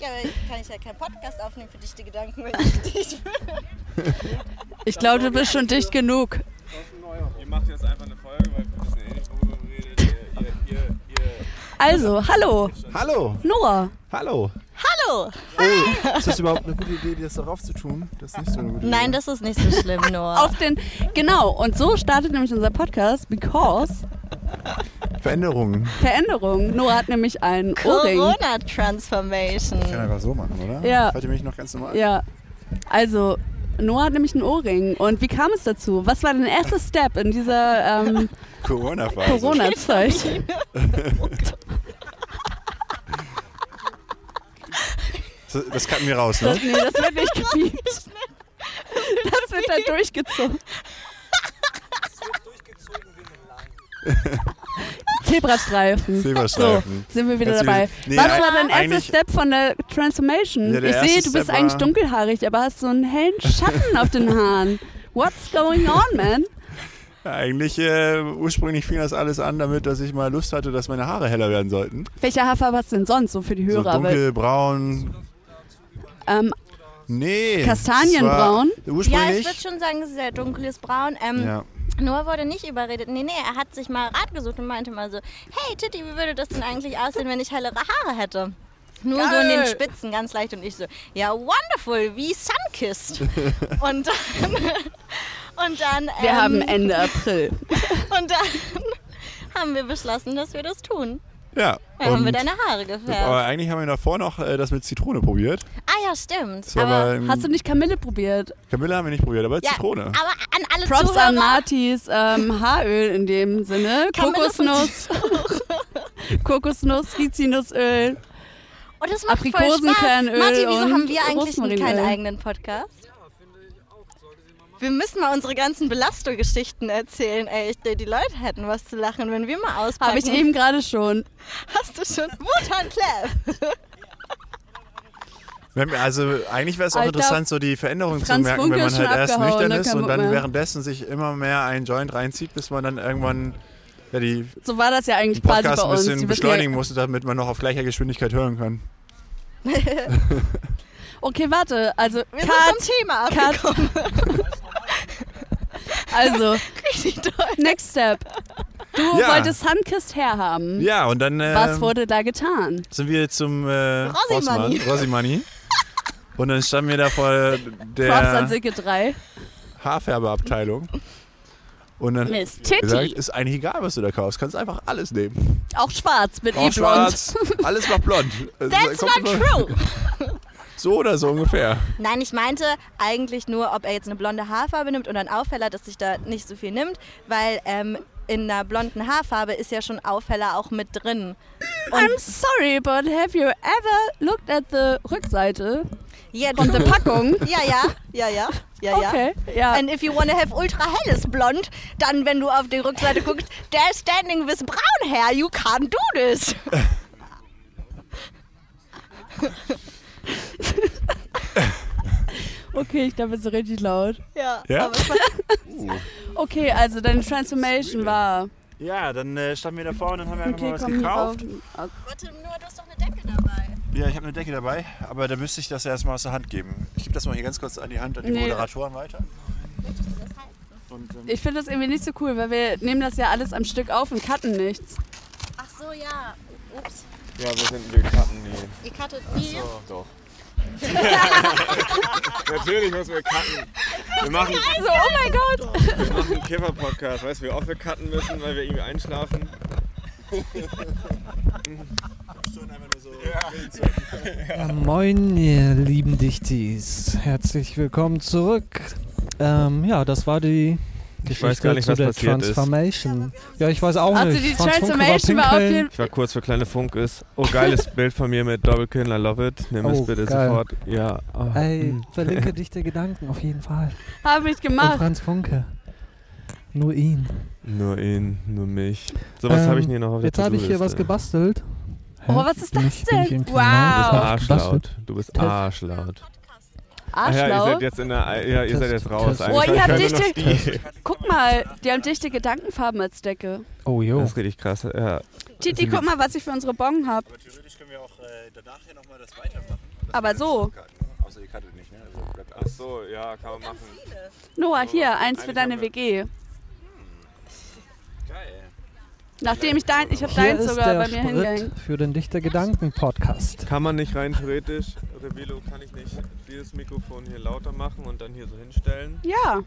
Ja, aber ich- kann ich ja keinen Podcast aufnehmen für dichte Gedanken, wenn ich dicht bin.
Ich glaube, du bist schon dicht genug.
Ihr macht jetzt einfach eine Folge, weil wir wissen eh nicht, worüber wir redet. Ihr, ihr, ihr, ihr
Also, hallo,
Hallo!
Noah.
Hallo!
Hallo!
Oh, ist das überhaupt eine gute Idee, dir das darauf zu tun? Das ist nicht so eine gute
Nein,
Idee.
das ist nicht so *laughs* schlimm, Noah.
Auf den. Genau, und so startet nämlich unser Podcast, because
Nein. Veränderungen.
Veränderung. Noah hat nämlich einen
Kann
Ohrring.
Corona-Transformation.
einfach so machen, oder?
Ja.
Hört ihr mich noch ganz normal?
Ja, also. Noah hat nämlich einen Ohrring. Und wie kam es dazu? Was war dein erster Step in dieser ähm,
Corona-Phase.
Corona-Zeit?
Das, das kann mir raus,
Das,
ne?
nee, das wird nicht gepiept. Das wird dann durchgezogen. Zebrastreifen.
Silberstreifen.
So, sind wir wieder
Kannst du
dabei.
wieder- Nee,
Was
ein-
war dein erster
eigentlich-
Step von der Transformation?
Ja, der
ich
erste
sehe, du bist
Step
eigentlich
war-
dunkelhaarig, aber hast so einen hellen Schatten auf den Haaren. What's going on, man?
Ja, eigentlich, äh, ursprünglich fing das alles an damit, dass ich mal Lust hatte, dass meine Haare heller werden sollten.
Welche Haarfarbe hast du denn sonst so für die
So
Hörer? Weil,
dunkelbraun.
ähm,
Nee.
Kastanienbraun?
es war
Ja, ich
Ursprünglich.
würde schon sagen, das ist ja dunkles Braun. Ähm,
Ja.
Noah wurde nicht überredet. Nee, nee, er hat sich mal Rat gesucht und meinte mal so, hey Titti, wie würde das denn eigentlich aussehen, wenn ich hellere Haare hätte? Nur so in den
Geil.
Spitzen, ganz leicht. Und ich so, ja, wonderful, wie
*laughs*
sunkissed. und dann... *laughs* Und dann
wir
ähm,
haben Ende April.
Und dann *laughs* haben wir beschlossen, dass wir das tun.
ja.
Dann haben wir
und-
deine Haare gefärbt.
Aber eigentlich haben wir davor noch äh, das mit Zitrone probiert.
Ah ja, stimmt.
Das war aber, ähm,
Hast du nicht Kamille probiert?
Camilla haben wir nicht probiert, aber
ja,
Zitrone.
Aber an alle
Props
Zuhörer.
an Martis ähm, Haaröl in dem Sinne.
Kamille von
Kokosnuss. *laughs* Kokosnuss, Rizinusöl.
Oh, das macht voll Spaß.
Aprikosenkernöl
Martin, wieso
und
haben wir eigentlich
Rosmarinöl.
keinen eigenen Podcast? Wir müssen mal unsere ganzen Belastungsgeschichten erzählen. Ey, ich, die Leute hätten was zu lachen, wenn wir mal auspacken.
Habe ich eben gerade schon.
Hast du schon? Wutan Clap.
Wenn, wir- also eigentlich wäre es auch
Alter,
interessant, so die Veränderung zu
Franz
merken,
Funke
wenn man
ist
halt
schon
erst
abgehauen,
nüchtern
ne?
ist
Kein
und
Bock
dann
mehr.
währenddessen sich immer mehr einen Joint reinzieht, bis man dann irgendwann ja, die
So war das ja eigentlich quasi
Podcast
bei
ein
uns. Die
bisschen
wissen
beschleunigen
ja-
musste, damit man noch auf gleicher Geschwindigkeit hören kann.
Okay, warte. Also,
Wir sind
Cut.
zum Thema
Cut.
abgekommen.
Also,
*laughs* Richtig toll.
next step. Du
Ja.
wolltest Sunkist herhaben.
Ja, und dann
Was
ähm,
wurde da getan?
sind wir zum äh,
Rosimani.
Rossmann- Rosimani. Und dann standen wir da vor
Props an
der
Silke 3.
Haarfärbeabteilung. Und dann
Miss
gesagt,
Titty.
ist eigentlich egal, was du da kaufst. Kannst einfach alles nehmen.
Auch schwarz mit
Auch
e
schwarz, alles macht
*laughs*
blond. Also,
That's
kommt
not
immer- *laughs*
true.
So oder so ungefähr.
Nein, ich meinte eigentlich nur, ob er jetzt eine blonde Haarfarbe nimmt oder einen Aufheller, dass sich da nicht so viel nimmt, weil ähm, in einer blonden Haarfarbe ist ja schon Aufheller auch mit drin.
I'm sorry, but have you ever looked at the Rückseite?
*laughs*
Jetzt.
Von der Packung?
Ja, ja, ja, ja, ja, ja.
Okay, ja.
And if you wanna have ultra helles Blond, dann, wenn du auf die Rückseite guckst, there's standing with brown hair, you can't do this.
Okay, ich glaube, es ist richtig laut.
Ja.
Ja? Oh.
Aber es war-
Okay, also deine Transformation war.
Ja, dann äh, standen wir da vorne und haben einfach
Okay,
mal was
komm hier rauf.
gekauft.
Warte, nur, du hast doch eine Decke dabei.
Ja, ich habe eine Decke dabei, aber da müsste ich das ja erstmal aus der Hand geben. Ich gebe das mal hier ganz kurz an die Hand an die
Nee.
Moderatoren weiter. Und, ähm,
Ich finde das irgendwie nicht so cool, weil wir nehmen das ja alles am Stück auf und cutten nichts.
Ach so, ja. Ups,
ja, wir sind wir cutten die.
ihr cuttet nie.
Doch.
*laughs*
Natürlich müssen wir cutten. Wir machen,
So, oh mein Gott!
wir machen einen Kiffer-Podcast. Weißt du, wie oft wir cutten müssen, weil wir irgendwie einschlafen?
Ja, moin, ihr lieben Dichtis. Herzlich willkommen zurück. Ähm, ja, das war die
Ich
Geschichte
weiß gar nicht,
zu
was
der
passiert ist.
Transformation. Ja, ich weiß auch
Also
nicht.
die
Franz Funke
Transformation war auf
pinkeln.
jeden Fall.
Ich war kurz für kleine Funk ist. Oh,
*laughs*
geiles Bild von mir mit Double Kill, I love it. Nimm es
Oh,
bitte
geil.
sofort. Ja. ah,
Ey,
mm.
verlinke dich der Gedanken, auf jeden
*laughs*
Fall.
Habe ich
Und
gemacht.
Franz Funke. Nur ihn.
Oh, Nur ihn, nur mich. Sowas habe ich
Ähm,
nie noch auf der
Jetzt habe ich hier was
To-Do-Liste.
gebastelt.
Oh,
Hä?
was ist
Bin
das
ich- genau? bin ich
denn?
im Kanal?
Wow.
Das hab ich gebastelt.
Arschlaut. Du bist arschlaut. Ach ja, ihr
Arschlau.
seid jetzt in der. Ja, ihr seid jetzt raus.
Test.
eigentlich.
Oh, ihr habt
Ich
dich
höre nur noch die-
Guck mal, die haben dichte Gedankenfarben als Decke.
Oh, jo.
Das ist richtig krass. Ja.
Titi,
Also
guck mal, was ich für unsere Bong habe.
Aber theoretisch können wir auch äh, danach ja nochmal das weitermachen.
Aber so.
Außer ihr cuttet nicht, ne? Also bleibt
Ach so, ja, kann man machen.
Noah, hier, eins für deine WG. Nachdem ich dein, ich habe
Hier
deins
ist
sogar
der
bei mir hingegangen.
Sprit für den Dichter Gedanken Podcast.
Kann man nicht rein theoretisch. Revilo kann ich nicht dieses Mikrofon hier lauter machen und dann hier so hinstellen.
Ja,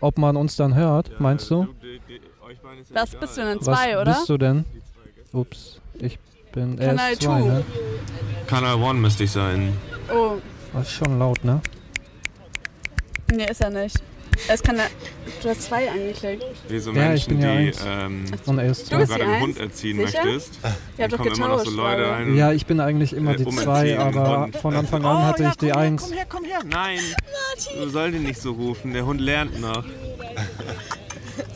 Ob man uns dann hört, meinst du?
Also
was bist du denn?
Was
Zwei, oder?
bist du denn? Ups, ich bin
Kanal
erst zwei,
two.
ne?
Kanal One müsste ich sein.
Oh,
Das ist schon laut, ne?
nee, ist er nicht. Es kann er, du hast zwei angeklickt.
Wie so
Ja, ich bin ja eins.
ähm,
Und er ist
Du
zwei.
bist die Eins?
erziehen
Sicher? Ihr habt doch getauscht. oder?
rein.
Ja, ich bin eigentlich immer
Äh,
die
umerziehen
zwei, aber
und-
von Anfang
Oh,
an hatte ich die eins.
her, komm her.
Nein, du sollst ihn nicht so rufen. Der Hund lernt noch.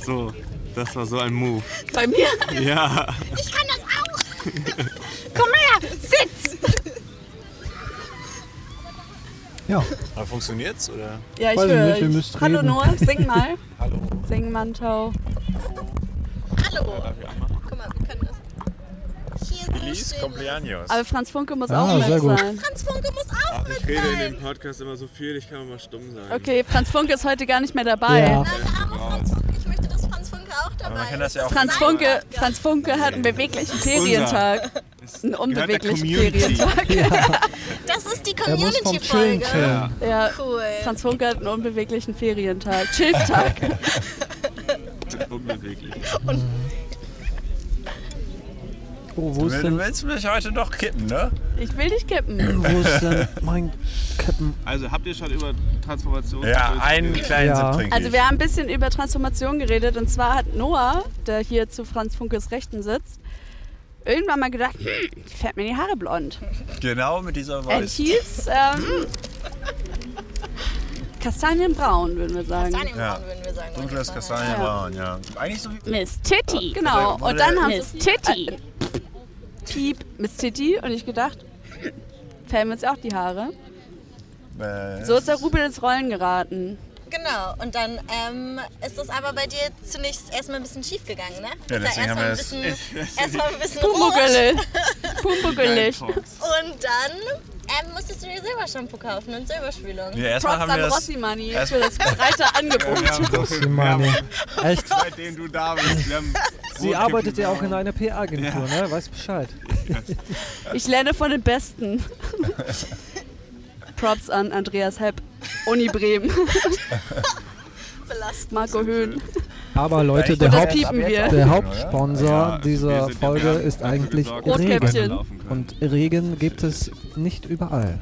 So, das war so ein Move.
Bei mir?
Ja.
Ich kann das auch! *laughs* Komm her! Sitz!
Ja,
Aber funktioniert's oder?
Ja, ich
Weiß ich
höre
nicht, ihr
euch.
müsst
Hallo
reden.
Noah,
*laughs*
sing mal.
Hallo.
Sing Mantau.
Hallo! Guck mal, wir können das. Hier
Please, Complianos.
Aber Franz Funke muss
Ah,
auch
sehr
mit
gut.
sein.
Franz Funke muss auch mit
Ich rede in
sein!
dem Podcast immer so viel, ich kann immer mal stumm sein.
Okay, Franz Funke ist heute gar nicht mehr dabei.
Ja.
Nein, der arme Franz Funke, ich möchte, dass Franz Funke auch
Aber
dabei
man kann das
ist.
ja auch
Franz Funke, Franz Funke hat einen beweglichen Ferientag. Einen unbeweglichen
gehört der Community.
Ferientag.
Das ist die
er muss vom Chillen
Community-Folge.
chillen.
Ja,
Cool.
Franz Funke hat einen unbeweglichen Ferientag.
*laughs*
Chilftag.
Unbeweglich.
Oh, wo ist
Du
denn,
willst mich heute noch kippen, ne?
Ich will dich kippen.
wo ist denn mein Kippen?
Also habt ihr schon über Transformation
Ja, einen kleinen
Ja.
Sip trinke
Also
ich.
wir haben ein bisschen über Transformation geredet und zwar hat Noah, der hier zu Franz Funkes Rechten sitzt, irgendwann mal gedacht, hm, ich färbe mir die Haare blond.
Genau mit dieser
Er
Voice.
hieß ähm, Kastanienbraun, würden wir sagen.
Ja. Dunkles Kastanienbraun, Also, ja. Eigentlich so wie
Miss Titty.
Genau,
Oder-
und dann haben
Miss
sie- Äh,
Titty.
Piep, Miss Titty und ich gedacht, hm, färben wir uns auch die Haare.
äh,
So ist der Rubel ins Rollen geraten.
Genau, und dann ähm, ist das aber bei dir zunächst erstmal ein bisschen schief gegangen, ne?
Ja,
Ist
deswegen haben
erstmal
wir
ein
das-
bisschen,
*laughs*
erstmal ein bisschen rot
Pumuckele. Pumuckele.
und dann ähm, musstest du dir Silbershampoo kaufen und Silberspülung.
ja, erstmal
Props
haben wir
an
das.
Rossi Money
erst-
für
*laughs*
das breite Angebot.
Sie, meine, echt,
Seitdem du da bist. Wir haben
sie arbeitet ja auch in einer PR-Agentur, ne? Weiß Bescheid.
Ich lerne von
*laughs*
den Besten. Props an Andreas Hepp,
*laughs*
Uni Bremen,
Belastend.
Marco Höhn.
Aber Leute, der,
Das
Haupt,
piepen wir.
der Hauptsponsor
wir
dieser
sind- wir
Folge
haben
ist
dafür
eigentlich
gesorgt, dass wir
Regen.
Rotkäppchen.
laufen können.
Und Regen gibt es nicht überall.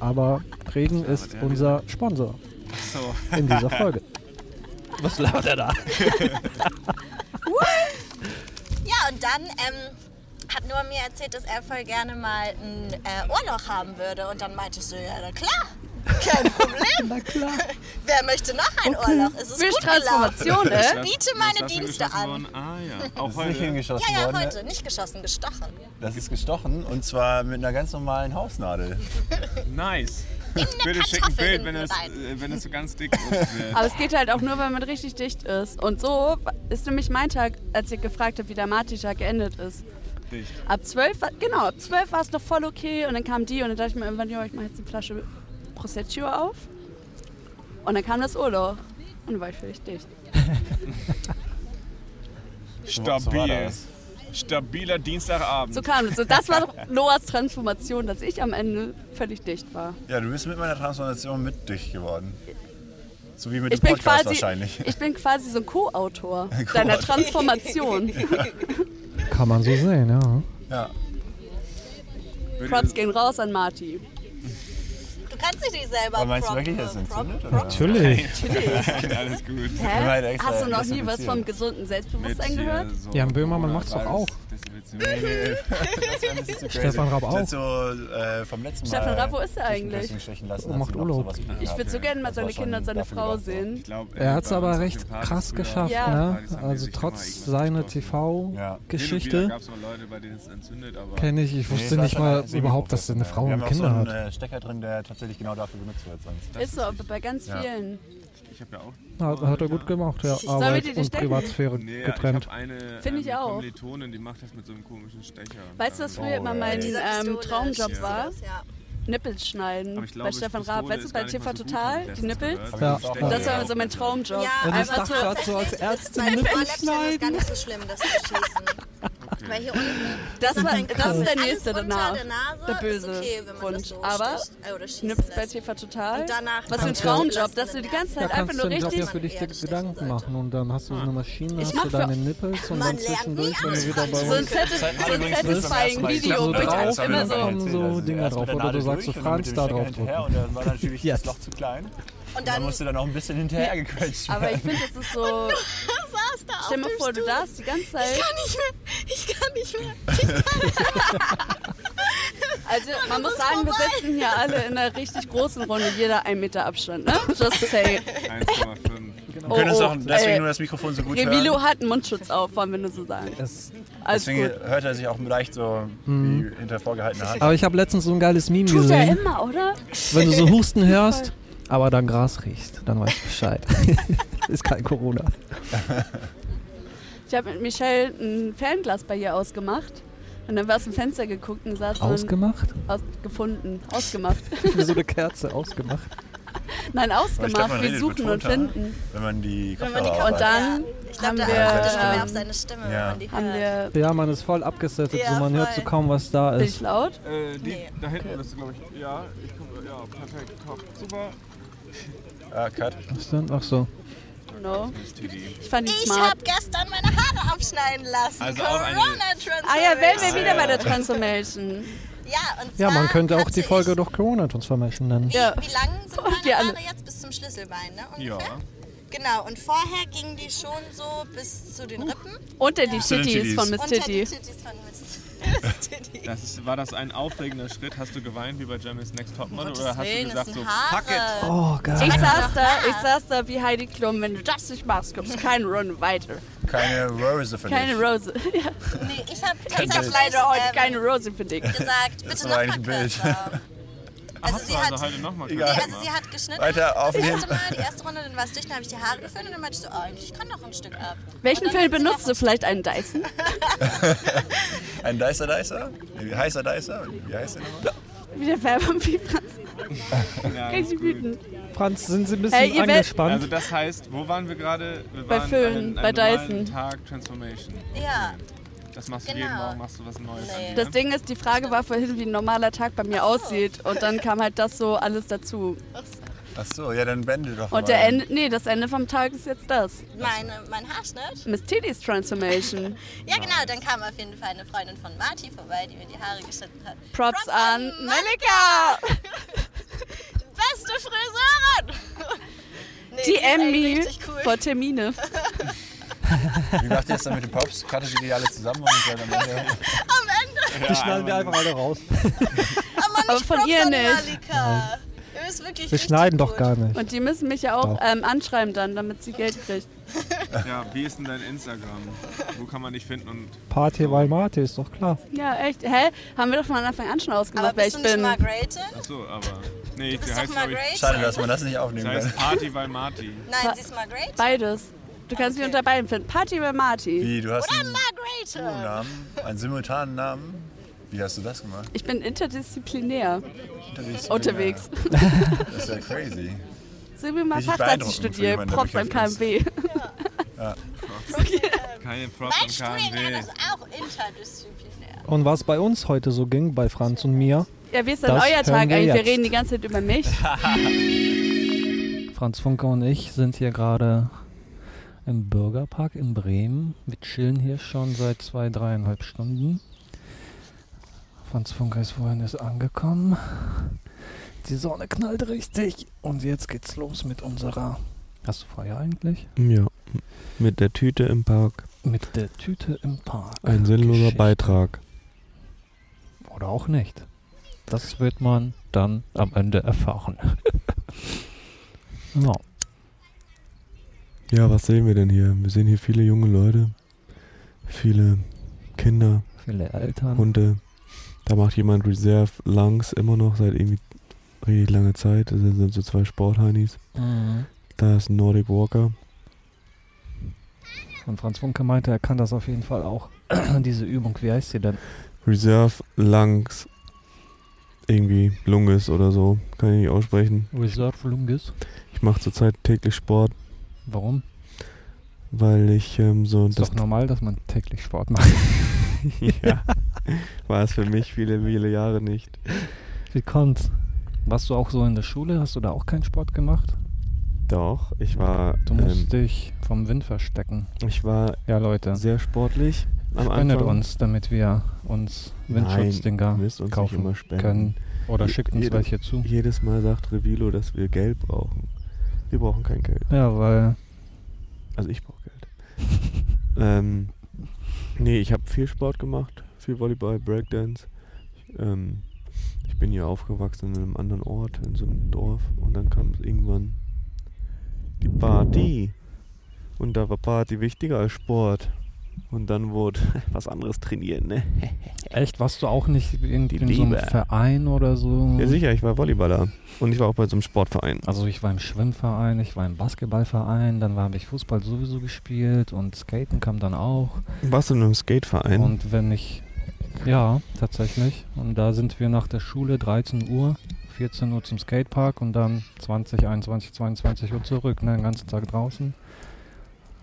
Aber Regen ist unser Sponsor
so.
in dieser Folge. Was labert er da?
Ja, und dann ähm, hat nur mir erzählt, dass er voll gerne mal ein äh, Ohrloch haben würde. Und dann meinte ich so, ja, na
*laughs*
klar. Kein Problem. Na klar. *laughs* Wer möchte noch ein Ohrloch? Es ist
Mensch,
gut
*laughs*
Transformation,
gelaufen.
ne?
Ich biete meine Dienste an.
Ah ja, auch
Ist nicht
heute.
hingeschossen
Ja, ja,
worden. ne?
heute. Nicht geschossen, gestochen.
Das ist gestochen und zwar mit einer ganz normalen Hausnadel.
Nice.
In eine
Bitte schick ein
Kartoffel
Bild, wenn
hinten
es,
rein.
äh, wenn es so ganz
*laughs*
dick wird.
Aber es geht halt auch nur, wenn man richtig dicht ist. Und so ist nämlich mein Tag, als ich gefragt habe, wie der Marti-Tag geendet ist.
Dicht.
Ab 12, war- genau, ab 12 war es noch voll okay und dann kam die und dann dachte ich mir irgendwann, ja, ich mache jetzt eine Flasche Prosecco auf. Und dann kam das Urlaub und dann war ich völlig dicht.
war
Stabil.
das.
Stabiler Dienstagabend.
So kam das. Und das war doch Noahs Transformation, dass ich am Ende völlig dicht war.
Ja, du bist mit meiner Transformation mit dich geworden. So wie mit
Ich
dem
bin,
Podcast
quasi,
wahrscheinlich.
ich bin quasi so ein
*laughs*
Co-Autor deiner Transformation.
Kann man so sehen, ja.
Ja.
Props gehen raus an Marti.
Du kannst dich nicht selber
Aber meinst du
proppen.
wirklich, das ist entzündet? oder?
Natürlich.
Alles gut.
Ich meine,
Hä?
extra
Hast du noch nie
desinfizieren.
was vom gesunden Selbstbewusstsein gehört?
Jan Böhmermann macht's doch auch. Stefan Raab
Das ist
auch.
so äh, vom letzten Mal.
Stefan Rapp, wo ist er eigentlich?
Stechen lassen,
macht Urlaub.
Ich würde so gerne mal
Das
seine
war schon
Kinder und seine
dafür
Frau
gedacht,
sehen.
Er hat's aber recht krass geschafft,
Ja.
ne? Also trotz seiner
Ja.
TV-Geschichte
gab es auch Leute, bei denen es entzündet, aber
kenne ich, ich wusste nicht mal überhaupt, dass eine Frau
Wir
und
haben
Kinder
auch so
hat.
einen äh, Stecker drin, der tatsächlich genau dafür benutzt wird sonst.
Ist so, aber bei ganz vielen.
ich habe ja auch
Hat, hat er gut gemacht, ja.
Sollen wir
Arbeit
die
und
stechen?
Privatsphäre
Nee,
getrennt.
ich habe eine
Find ich
ähm,
auch.
Kommilitonin, die macht das mit so einem komischen Stecher.
Weißt du, was früher immer mein
Diese
ähm,
Pistole,
Traumjob
schießt
war?
das, ja.
Nippel schneiden.
Aber ich glaube,
bei Stefan
Pistole
Raab, weißt du,
ist
bei
gar nicht
TV
mal so gut,
Total,
wenn ich das
die Nippel.
gehört. Also
Ja.
Das war immer so mein Traumjob.
Ja,
Und
Also
ich
aber
dachte gerade so als
tatsächlich
Ärztin
ist
Nippel
ist gar nicht so schlimm, das zu schießen. Weil hier unten
Das, war, das ist der
alles
nächste
unter
danach.
Der, Nase
Der böse
ist okay, wenn man
Wunsch.
das so
Aber
sticht, äh, oder schießen
Schnips bei
lässt.
TV Total.
Und danach
Was für ein
kannst du das
Traumjob,
lassen
dass du die
in der
ganze
Da
Zeit einfach
kannst
nur
du doch
richtig.
ja für dich
Ja,
dir
das
Gedanken
stechen sollte.
machen und dann hast du eine Maschine,
Ich
hast
mach
du deine
für-
Nippels und dann
Man lernt nie
zwischendurch, wenn
aus,
du wieder
Franz.
bei
So ein
uns
satis- so ein Satisfying-Video,
Mal
bitte
drauf,
immer so.
dann
also
Also
so Dinger drauf oder du sagst, du Franz da drauf
Und dann
*laughs*
war natürlich das
Jetzt.
Loch zu klein.
Und
Da
dann
musste dann auch ein bisschen hinterher
*laughs*
gequetscht werden.
Aber ich finde, das ist
*laughs*
so.
saß da
Stell dir
auf dem
vor, du
Stuhl.
darfst die ganze
Ich
Zeit.
kann nicht mehr, ich
*laughs*
kann nicht mehr.
Also, man muss sagen, wir sitzen hier alle in einer richtig großen Runde, jeder ein Meter Abstand, ne? Just say.
1,5.
Wir können uns
Oh,
auch deswegen
äh,
nur das Mikrofon so gut hören.
Revilo hat einen Mundschutz auf, wollen wir nur so sagen.
Das-
Alles
Deswegen
gut.
hört er sich auch leicht so
Hm.
wie hinter vorgehaltener Hand.
Aber ich habe letztens so ein geiles Meme
Tut er
gesehen.
immer, oder?
Wenn du so Husten hörst, aber dann Gras riecht, dann weiß ich Bescheid. *laughs* Ist kein Corona.
Ich habe mit Michelle ein Fernglas bei ihr ausgemacht. Und dann war aus dem Fenster geguckt und saß so ein-
Ausgemacht?
aus, gefunden, ausgemacht. *laughs*
Wie so eine Kerze ausgemacht.
Nein,
Aber ich glaub, man
ausgemacht. Wir
redet
suchen und
mit Ton,
finden.
Wenn man die
Wenn man die
Kopfhörer
Kopfhörer-
Und dann
Ich
haben
glaube, da
wir,
achtet man
ähm,
mehr auf seine Stimme,
ja.
wenn man die
haben
hört.
wir.
Ja, man ist voll abgesettet,
Ja,
so man hört so
voll.
kaum, was da
Bin ich
ist.
laut?
Äh, die,
Nee.
Da hinten bist du, glaube ich. Ja, ich komm, ja, perfekt. Top. Super.
Ah, Cut.
Was denn? Ach so.
No. Ich fand ihn
Ich
smart.
habe gestern meine Haare abschneiden lassen.
Also auch eine-
Corona-Transformation.
Ah ja, wären wir wieder bei der Transformation.
Ja, und
Ja,
Ah,
man
zwar
könnte auch
hatte
die Folge
ich,
doch Corona Transformation nennen.
Ja.
Wie lang sind
wir
meine
alle.
Haare jetzt bis zum Schlüsselbein, ne? Ungefähr?
Ja.
Genau, und vorher gingen die schon so bis zu den Rippen.
Unter die Titties
Titties.
von Miss
Unter die
Uh, Titty.
Titties von *laughs* Miss Titty.
Das ist, war das ein aufregender Schritt? Hast du geweint wie bei Jeremy's Next Topmodel oder hast du
Willen, das
gesagt
sind
so, fuck it?
Haare.
Oh, geil.
Ich saß da, ich saß da wie Heidi Klum. Wenn du das nicht machst, kommst du keine Runde weiter.
Keine Rose für
Keine
dich.
Rose. *laughs* Ja,
Nee, ich habe
ich hab
tatsächlich
leider heute
ähm,
keine Rose für dich.
gesagt, bitte
war
noch mal
eigentlich ein Bild. *laughs*
kürzer. Also
Hast du
sie,
also
hat,
heute nochmal
Egal.
gemacht?
also sie hat geschnitten.
Weiter auf
das
den-
erste Mal, die erste Runde, dann war es dicht, dann habe ich die Haare geföhnt und dann meinte ich so, oh, eigentlich kann noch ein Stück ab.
Welchen
Und dann
Film
hat sie
benutzt du? Vielleicht einen Dyson?
Ein Dicer Dicer? Wie heißer Dicer? Wie heißt der nochmal?
Wie der Werbung wie Franz. Richtig wütend.
Franz, sind Sie ein bisschen
Hey, ihr werdet-
angespannt?
Also das heißt, wo waren wir gerade? Wir
Bei
waren
Föhn,
an einem
bei
normalen
Dyson.
Tag Transformation.
Ja.
Das machst du
Genau.
jeden Morgen, machst du was Neues. an dir,
Das
ne?
Ding ist, die Frage war vorhin, wie ein normaler Tag bei mir aussieht. Und dann kam halt das so alles dazu.
Ach so, ja, dann bände doch mal.
Und der Ende, nee, das Ende vom Tag ist jetzt das.
Meine, mein Haarschnitt?
Miss Titty's Transformation.
Ja, genau, dann kam auf jeden Fall eine Freundin von Marti vorbei, die mir die Haare geschnitten hat.
Props,
Props
an
an
Melika!
Beste Friseurin! *laughs* Nee, die
Die
ist eigentlich
Emmy
richtig cool.
vor Termine.
Wie macht ihr das dann mit den Pops? Cuttet ihr die alle zusammen und dann am Ende
Am Ende
Die schneiden wir einfach alle
*laughs*
raus.
Aber von ihr nicht.
Annika. Ihr müsst wirklich
Wir
richtig
schneiden
gut.
doch gar nicht.
Und die müssen mich ja auch
Doch.
ähm, anschreiben dann, damit sie Geld kriegt.
Ja, wie ist denn dein Instagram? Wo kann man dich finden und
Party weil Mate ist doch klar.
Ja, echt. Hä? Haben wir doch von Anfang an schon ausgemacht,
Aber
wer
bist
ich
du nicht
bin.
Margrethe?
Achso, aber. Nee,
bist
sie
doch
heißt, glaub
Margrethe.
ich.
Schade, dass man
das nicht aufnehmen
Sie heißt
kann.
Party bei Marti.
Nein, sie ist Margrethe.
Beides. Du kannst mich unter beiden finden. Party bei Marty.
Wie, du hast
Oder
einen
Margrethe.
Namen, einen simultanen Namen. Wie hast du das gemacht?
Ich bin interdisziplinär
Unterwegs.
unterwegs.
Das ist ja crazy.
Sag mir mal
Richtig
Fach, dass
beeindruckend
ich
für
studiere.
jemanden, der
Props beim
wirklich was
KMW.
Keine Props am KMW.
auch interdisziplinär.
Und was bei uns heute so ging, bei Franz und mir,
Ja, wie ist denn
Das
euer
hören
Tag
wir
eigentlich? Wir
jetzt.
reden die ganze Zeit über mich.
Franz Funke und ich sind hier gerade im Bürgerpark in Bremen. Wir chillen hier schon seit zwei, dreieinhalb Stunden. Franz Funke ist vorhin erst angekommen. Die Sonne knallt richtig. Und jetzt geht's los mit unserer. Hast du Feuer eigentlich?
Ja. Mit der Tüte im Park.
Mit der Tüte im Park.
Ein sinnloser
Geschichte.
Beitrag.
Oder auch nicht. Das wird man dann am Ende *laughs* erfahren. ja.
Ja, was sehen wir denn hier? Wir sehen hier viele junge Leute, viele Kinder,
Viele Eltern.
Hunde. Da macht jemand Reserve Lungs immer noch seit irgendwie richtig langer Zeit. Das sind so zwei Sportheinis.
Mhm.
Da ist ein Nordic Walker.
Und Franz Funke meinte, er kann das auf jeden Fall auch. *clears throat* Diese Übung, wie heißt sie denn?
Reserve Lungs. Irgendwie Lunges oder so. Kann ich nicht aussprechen.
Reserve Lunges.
Ich mache zurzeit täglich Sport,
Warum?
weil ich ähm, so
Ist
das
doch normal, dass man täglich
*laughs*
Sport macht.
ja. War es für mich viele, viele Jahre nicht.
Wie kommt's? Warst du auch so in der Schule? Hast du da auch keinen Sport gemacht?
Doch, ich war,
Du
ähm,
musst dich vom Wind verstecken.
ich war
Ja, Leute.
sehr sportlich am
Spendet
Anfang.
uns, damit wir uns
Nein,
Windschutzdinger
ihr müsst uns
kaufen
nicht immer spenden.
können. Oder
Je-
schickt uns
jede-
welche zu.
Jedes Mal sagt Revilo, dass wir Geld brauchen. Wir brauchen kein Geld.
Ja, weil
Also ich brauche Geld. *laughs* ähm, nee, ich habe viel Sport gemacht. Viel Volleyball, Breakdance. Ich, ähm, ich bin hier aufgewachsen in einem anderen Ort, in so einem Dorf. Und dann kam irgendwann die Party. Und da war Party wichtiger als Sport. Und dann wurde *laughs* was anderes trainiert, ne?
echt, warst du auch nicht in,
Die
in so einem
Liebe.
Verein oder so?
Ja, sicher, ich war Volleyballer. Und ich war auch bei so einem Sportverein.
Also ich war im Schwimmverein, ich war im Basketballverein, dann habe ich Fußball sowieso gespielt und Skaten kam dann auch.
Warst du in einem Skateverein?
Und wenn ich, ja, tatsächlich. Und da sind wir nach der Schule 13 Uhr, 14 Uhr zum Skatepark und dann 20, 21, 22 Uhr zurück, ne, den ganzen Tag draußen.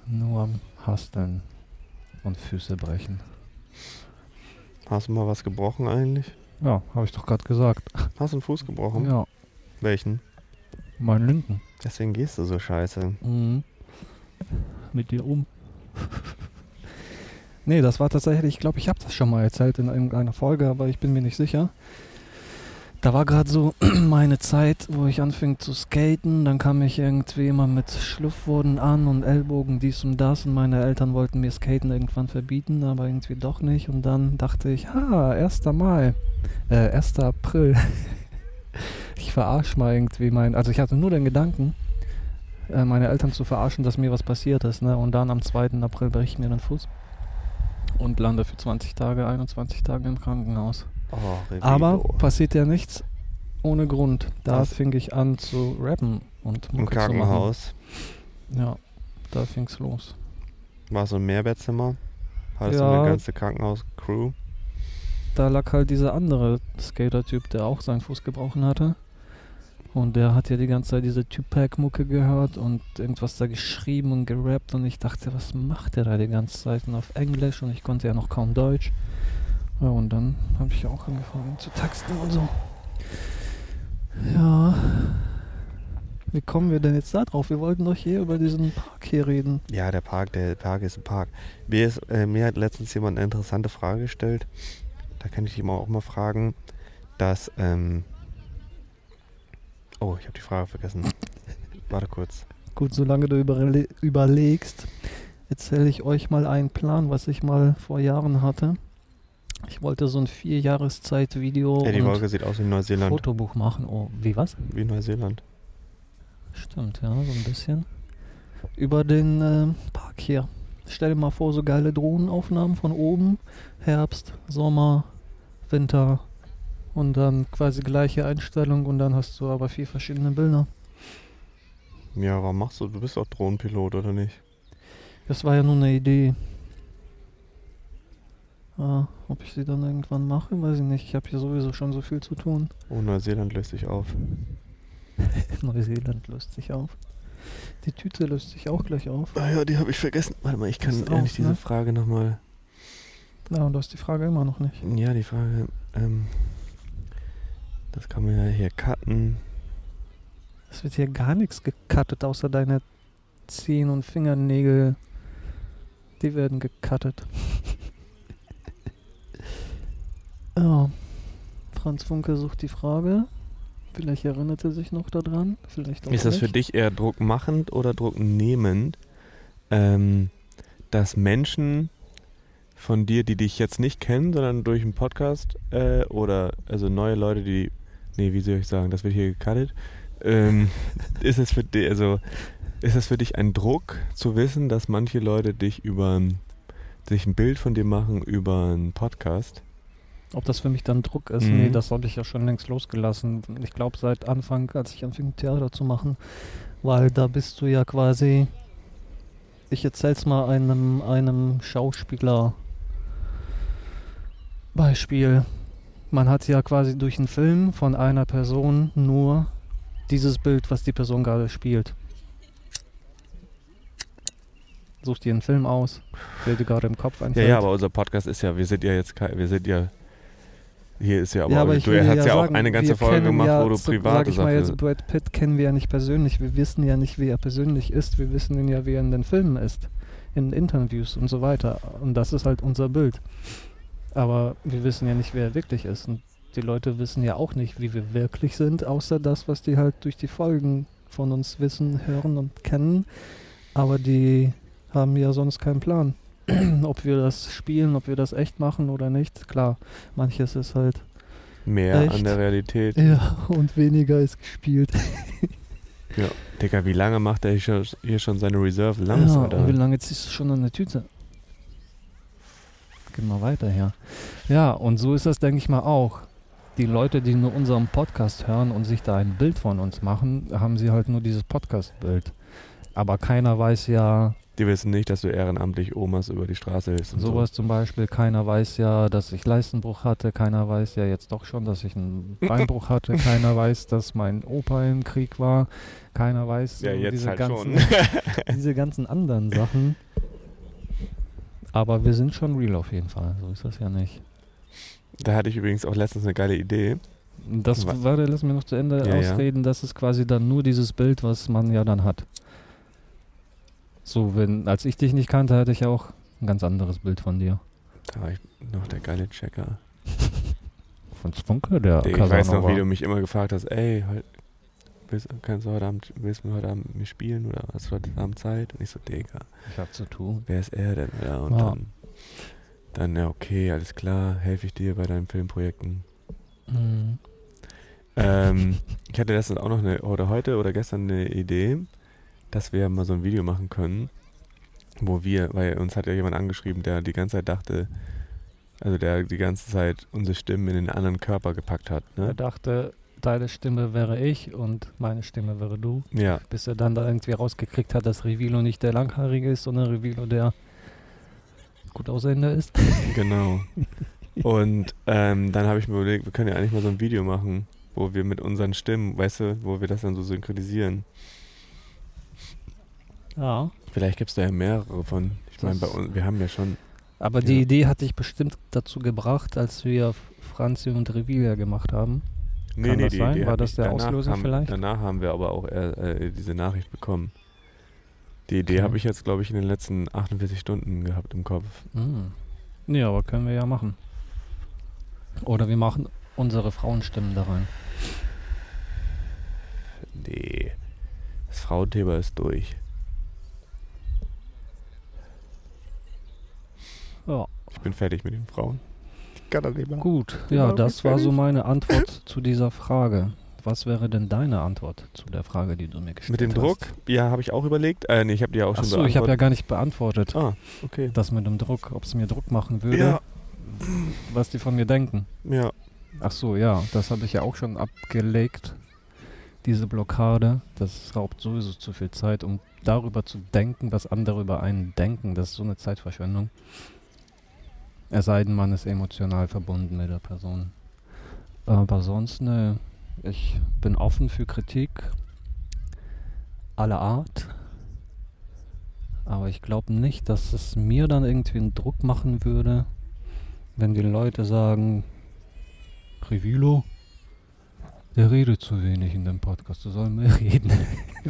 Nur am Hasteln und Füße brechen.
Hast du mal was gebrochen eigentlich?
Ja, habe ich doch gerade gesagt.
Hast du einen Fuß gebrochen?
Ja,
Welchen?
mein Linden.
Deswegen gehst du so scheiße.
Mhm. Mit dir um. *laughs* nee, das war tatsächlich, ich glaube, ich habe das schon mal erzählt in irgendeiner Folge, aber ich bin mir nicht sicher. Da war gerade so *clears throat* meine Zeit, wo ich anfing zu skaten. Dann kam ich irgendwie immer mit Schlupfwurden an und Ellbogen, dies und das. Und meine Eltern wollten mir Skaten irgendwann verbieten, aber irgendwie doch nicht. Und dann dachte ich, ha, 1. Mai, äh, 1. April. *laughs* ich verarsch mal irgendwie meinen. Also ich hatte nur den Gedanken, äh, meine Eltern zu verarschen, dass mir was passiert ist. Ne? Und dann am 2. April breche ich mir den Fuß und lande für 20 Tage, 21 Tage im Krankenhaus.
Oh,
Aber um passiert ja nichts ohne Grund. Da
Das-
fing ich an zu rappen und
Im
Mucke
Krankenhaus
zu machen. Ja, da fing's los.
war so ein Mehrbettzimmer. Hattest du
Ja.
eine ganze Krankenhaus-Crew.
Da lag halt dieser andere Skater-Typ, der auch seinen Fuß gebrochen hatte. Und der hat ja die ganze Zeit diese Tupac-Mucke gehört und irgendwas da geschrieben und gerappt. Und ich dachte, was macht der da die ganze Zeit? Und auf Englisch und ich konnte ja noch kaum Deutsch. Ja, und dann habe ich auch angefangen zu texten und so. Ja. Wie kommen wir denn jetzt da drauf? Wir wollten doch hier über diesen Park hier reden.
Ja, der Park, der Park ist ein Park. Mir, ist, äh, mir hat letztens jemand eine interessante Frage gestellt. Da kann ich ihm auch mal fragen, dass. Ähm oh, ich habe die Frage
*laughs*
vergessen. Warte kurz.
Gut, solange du überle überlegst, erzähle ich euch mal einen Plan, was ich mal vor Jahren hatte. Ich wollte so ein Vierjahreszeit-Video
Ja, die
Oh, und
Wolke sieht aus wie Neuseeland.
Fotobuch machen. Oh, wie was?
Wie Neuseeland.
Stimmt, ja, so ein bisschen. Über den ähm, Park hier. Stell dir mal vor, so geile Drohnenaufnahmen von oben. Herbst, Sommer, Winter und dann quasi gleiche Einstellung und dann hast du aber vier verschiedene Bilder.
Ja, warum machst du? Du bist doch Drohnenpilot, oder nicht?
Das war ja nur eine Idee. Ah, ob ich sie dann irgendwann mache, weiß ich nicht. Ich habe hier sowieso schon so viel zu tun. *laughs*
Oh, Neuseeland löst sich auf.
Neuseeland löst sich auf. Die Tüte löst sich auch gleich auf.
Ah ja, die habe ich vergessen. Warte mal, ich kann
Ist
ehrlich
auf,
diese
ne?
Frage nochmal.
Ja, und du hast die Frage immer noch nicht.
Ja, die Frage, ähm, das kann man ja hier cutten.
Es wird hier gar nichts gecuttet, außer deine Zehen und Fingernägel. Die werden gecuttet. *laughs* ja. Franz Funke sucht die Frage. Vielleicht erinnert er sich noch daran. Vielleicht auch
Ist das
nicht.
für dich eher druckmachend oder drucknehmend, ähm, dass Menschen von dir, die dich jetzt nicht kennen, sondern durch einen Podcast äh, oder also neue Leute, die, nee, wie soll ich sagen, das wird hier gecuttet, ähm, *laughs* ist es für dich, also ist es für dich ein Druck zu wissen, dass manche Leute dich über sich ein Bild von dir machen über einen Podcast?
Ob das für mich dann Druck ist?
Mhm.
Nee, das habe ich ja schon längst losgelassen. Ich glaube, seit Anfang, als ich anfing, Theater zu machen, weil da bist du ja quasi. Ich erzähl's mal einem, einem Schauspieler. Beispiel. Man hat ja quasi durch einen Film von einer Person nur dieses Bild, was die Person gerade spielt. Such dir einen Film aus, der dir gerade im Kopf
Ja,
einfällt.
ja, aber unser Podcast ist ja, wir sind ja jetzt, ke- wir sind ja, hier ist ja, aber,
ja, aber ich
du
will
hast ja,
sagen,
auch eine ganze
wir
Folge
kennen
gemacht,
ja,
wo du
so-
private
Sag ich mal
Sachen.
jetzt, Brad Pitt kennen wir ja nicht persönlich. Wir wissen ja nicht, wie er persönlich ist. Wir wissen ihn ja, wie er in den Filmen ist, in Interviews und so weiter. Und das ist halt unser Bild. Aber wir wissen ja nicht, wer er wirklich ist. Und die Leute wissen ja auch nicht, wie wir wirklich sind, außer das, was die halt durch die Folgen von uns wissen, hören und kennen. Aber die haben ja sonst keinen Plan. *clears throat* ob wir das spielen, ob wir das echt machen oder nicht. Klar, manches ist halt
Mehr an
echt.
der Realität.
Ja, *laughs* und weniger ist gespielt.
Ja. Digga, wie lange macht er hier schon- hier schon seine Reserve Lamps,
ja, und wie
Alter?
lange ziehst du schon an der Tüte? Geh mal weiter her. Ja, und so ist das, denke ich mal, auch. Die Leute, die nur unseren Podcast hören und sich da ein Bild von uns machen, haben sie halt nur dieses Podcast-Bild. Aber keiner weiß ja,
Die wissen nicht, dass du ehrenamtlich Omas über die Straße hilfst. und
Sowas zum Beispiel, keiner weiß ja, dass ich Leistenbruch hatte, keiner weiß ja jetzt doch schon, dass ich
*laughs*
einen Beinbruch hatte, keiner weiß, dass mein Opa im Krieg war, keiner weiß
Ja,
so
jetzt
diese,
halt
ganzen,
schon.
diese ganzen anderen Sachen. Aber wir sind schon real auf jeden Fall, so ist das ja nicht.
*laughs* Da hatte ich übrigens auch letztens eine geile Idee.
Das
Wa-
war, lass mir noch zu Ende
Ja, ja.
ausreden, das ist quasi dann nur dieses Bild, was man ja dann hat. So, wenn, als ich dich nicht kannte, hatte ich ja auch ein ganz anderes Bild von dir.
Da war ich noch der geile Checker.
Von Spunke, der
ich weiß noch,
Casanova.
wie du mich immer gefragt hast, ey, heut- willst, kannst du heute Abend, willst du heute Abend mit mir spielen oder hast du heute Abend Zeit? Und ich so, Digga.
Ich hab zu tun.
Wer ist er denn? Ja, und
Ja.
dann, dann, ja, okay, alles klar, helfe ich dir bei deinen Filmprojekten.
Mhm. *laughs*
Ähm, ich hatte letztens auch noch eine, oder heute oder gestern eine Idee, dass wir mal so ein Video machen können, wo wir, weil uns hat ja jemand angeschrieben, der die ganze Zeit dachte, also der die ganze Zeit unsere Stimmen in den anderen Körper gepackt hat.
Er
Ne?
dachte, deine Stimme wäre ich und meine Stimme wäre du.
Ja.
Bis er dann da irgendwie rausgekriegt hat, dass Revilo nicht der Langhaarige ist, sondern Revilo der gut aussehende ist.
Genau. *laughs* Und ähm, dann habe ich mir überlegt, wir können ja eigentlich mal so ein Video machen, wo wir mit unseren Stimmen, weißt du, wo wir das dann so synchronisieren.
Ja.
Vielleicht gibt es da ja mehrere von. Ich meine, bei
Das-
uns, wir haben ja schon.
Aber
ja.
die Idee hatte ich bestimmt dazu gebracht, als wir Franzi und Revilia gemacht haben.
Nee,
Kann
nee,
das
die
sein?
Idee
War
hatte
das
ich.
der
Danach
Auslöser
haben,
vielleicht?
Danach haben wir aber auch äh, äh, diese Nachricht bekommen. Die Idee
Okay.
habe ich jetzt, glaube ich, in den letzten 48 Stunden gehabt im Kopf.
Mhm. Nee, aber können wir ja machen. Oder wir machen unsere Frauenstimmen da rein.
Nee. Das Frauenthema ist durch.
Ja.
Ich bin fertig mit den Frauen.
kann das nicht machen.
Gut, ja, das war so *coughs* meine Antwort zu dieser Frage. Was wäre denn deine Antwort zu der Frage, die du mir
Mit
gestellt
dem
hast?
Druck? Ja, habe ich auch überlegt. Äh, nee, ich habe die ja auch schon
Achso, ich habe ja
beantwortet.
gar nicht beantwortet.
Ah, okay.
Das mit dem Druck, ob es mir Druck machen würde,
Ja.
was die von mir denken.
Ja.
Achso, ja, das habe ich ja auch schon abgelegt. Diese Blockade, das raubt sowieso zu viel Zeit, um darüber zu denken, was andere über einen denken. Das ist so eine Zeitverschwendung. Es sei denn, man ist emotional verbunden mit der Person. Aber sonst, ne, ich bin offen für Kritik aller Art. Aber ich glaube nicht, dass es mir dann irgendwie einen Druck machen würde, wenn die Leute sagen, Revilo, der redet zu wenig in dem Podcast, du sollst mehr *laughs* reden.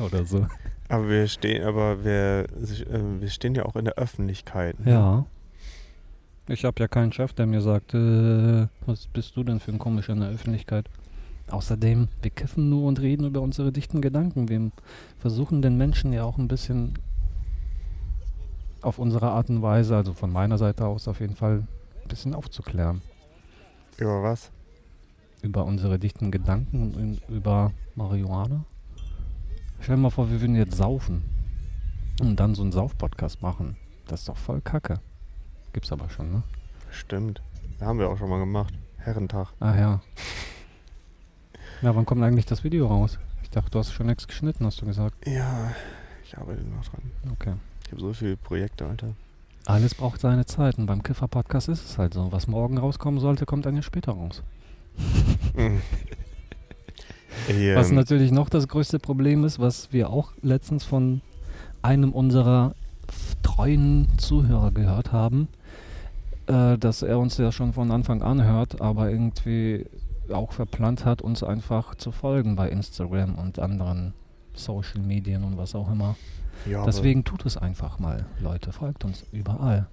Oder so.
Aber wir stehen, aber wir, sich- äh, wir stehen ja auch in der Öffentlichkeit. ne?
Ja. Ich habe ja keinen Chef, der mir sagt, äh, was bist du denn für ein Komischer in der Öffentlichkeit? Außerdem, wir kiffen nur und reden über unsere dichten Gedanken. Wir versuchen den Menschen ja auch ein bisschen auf unsere Art und Weise, also von meiner Seite aus auf jeden Fall, ein bisschen aufzuklären.
Über was?
Über unsere dichten Gedanken und über Marihuana. Stell dir mal vor, wir würden jetzt saufen und dann so einen Sauf-Podcast machen. Das ist doch voll kacke. Gibt's aber schon, ne?
Stimmt. Das haben wir auch schon mal gemacht. Herrentag.
Ah ja. Na, wann kommt eigentlich das Video raus? Ich dachte, du hast schon nichts geschnitten, hast du gesagt.
Ja, ich arbeite noch dran.
Okay.
Ich habe so viele Projekte, Alter.
Alles braucht seine Zeit und beim Kiffer-Podcast ist es halt so. Was morgen rauskommen sollte, kommt ein Jahr später raus.
Ey,
Was
ähm,
natürlich noch das größte Problem ist, was wir auch letztens von einem unserer f- treuen Zuhörer gehört haben, äh, dass er uns ja schon von Anfang an hört, aber irgendwie auch verplant hat, uns einfach zu folgen bei Instagram und anderen Social Medien und was auch immer.
Ja, aber-
Deswegen tut es einfach mal, Leute, folgt uns überall.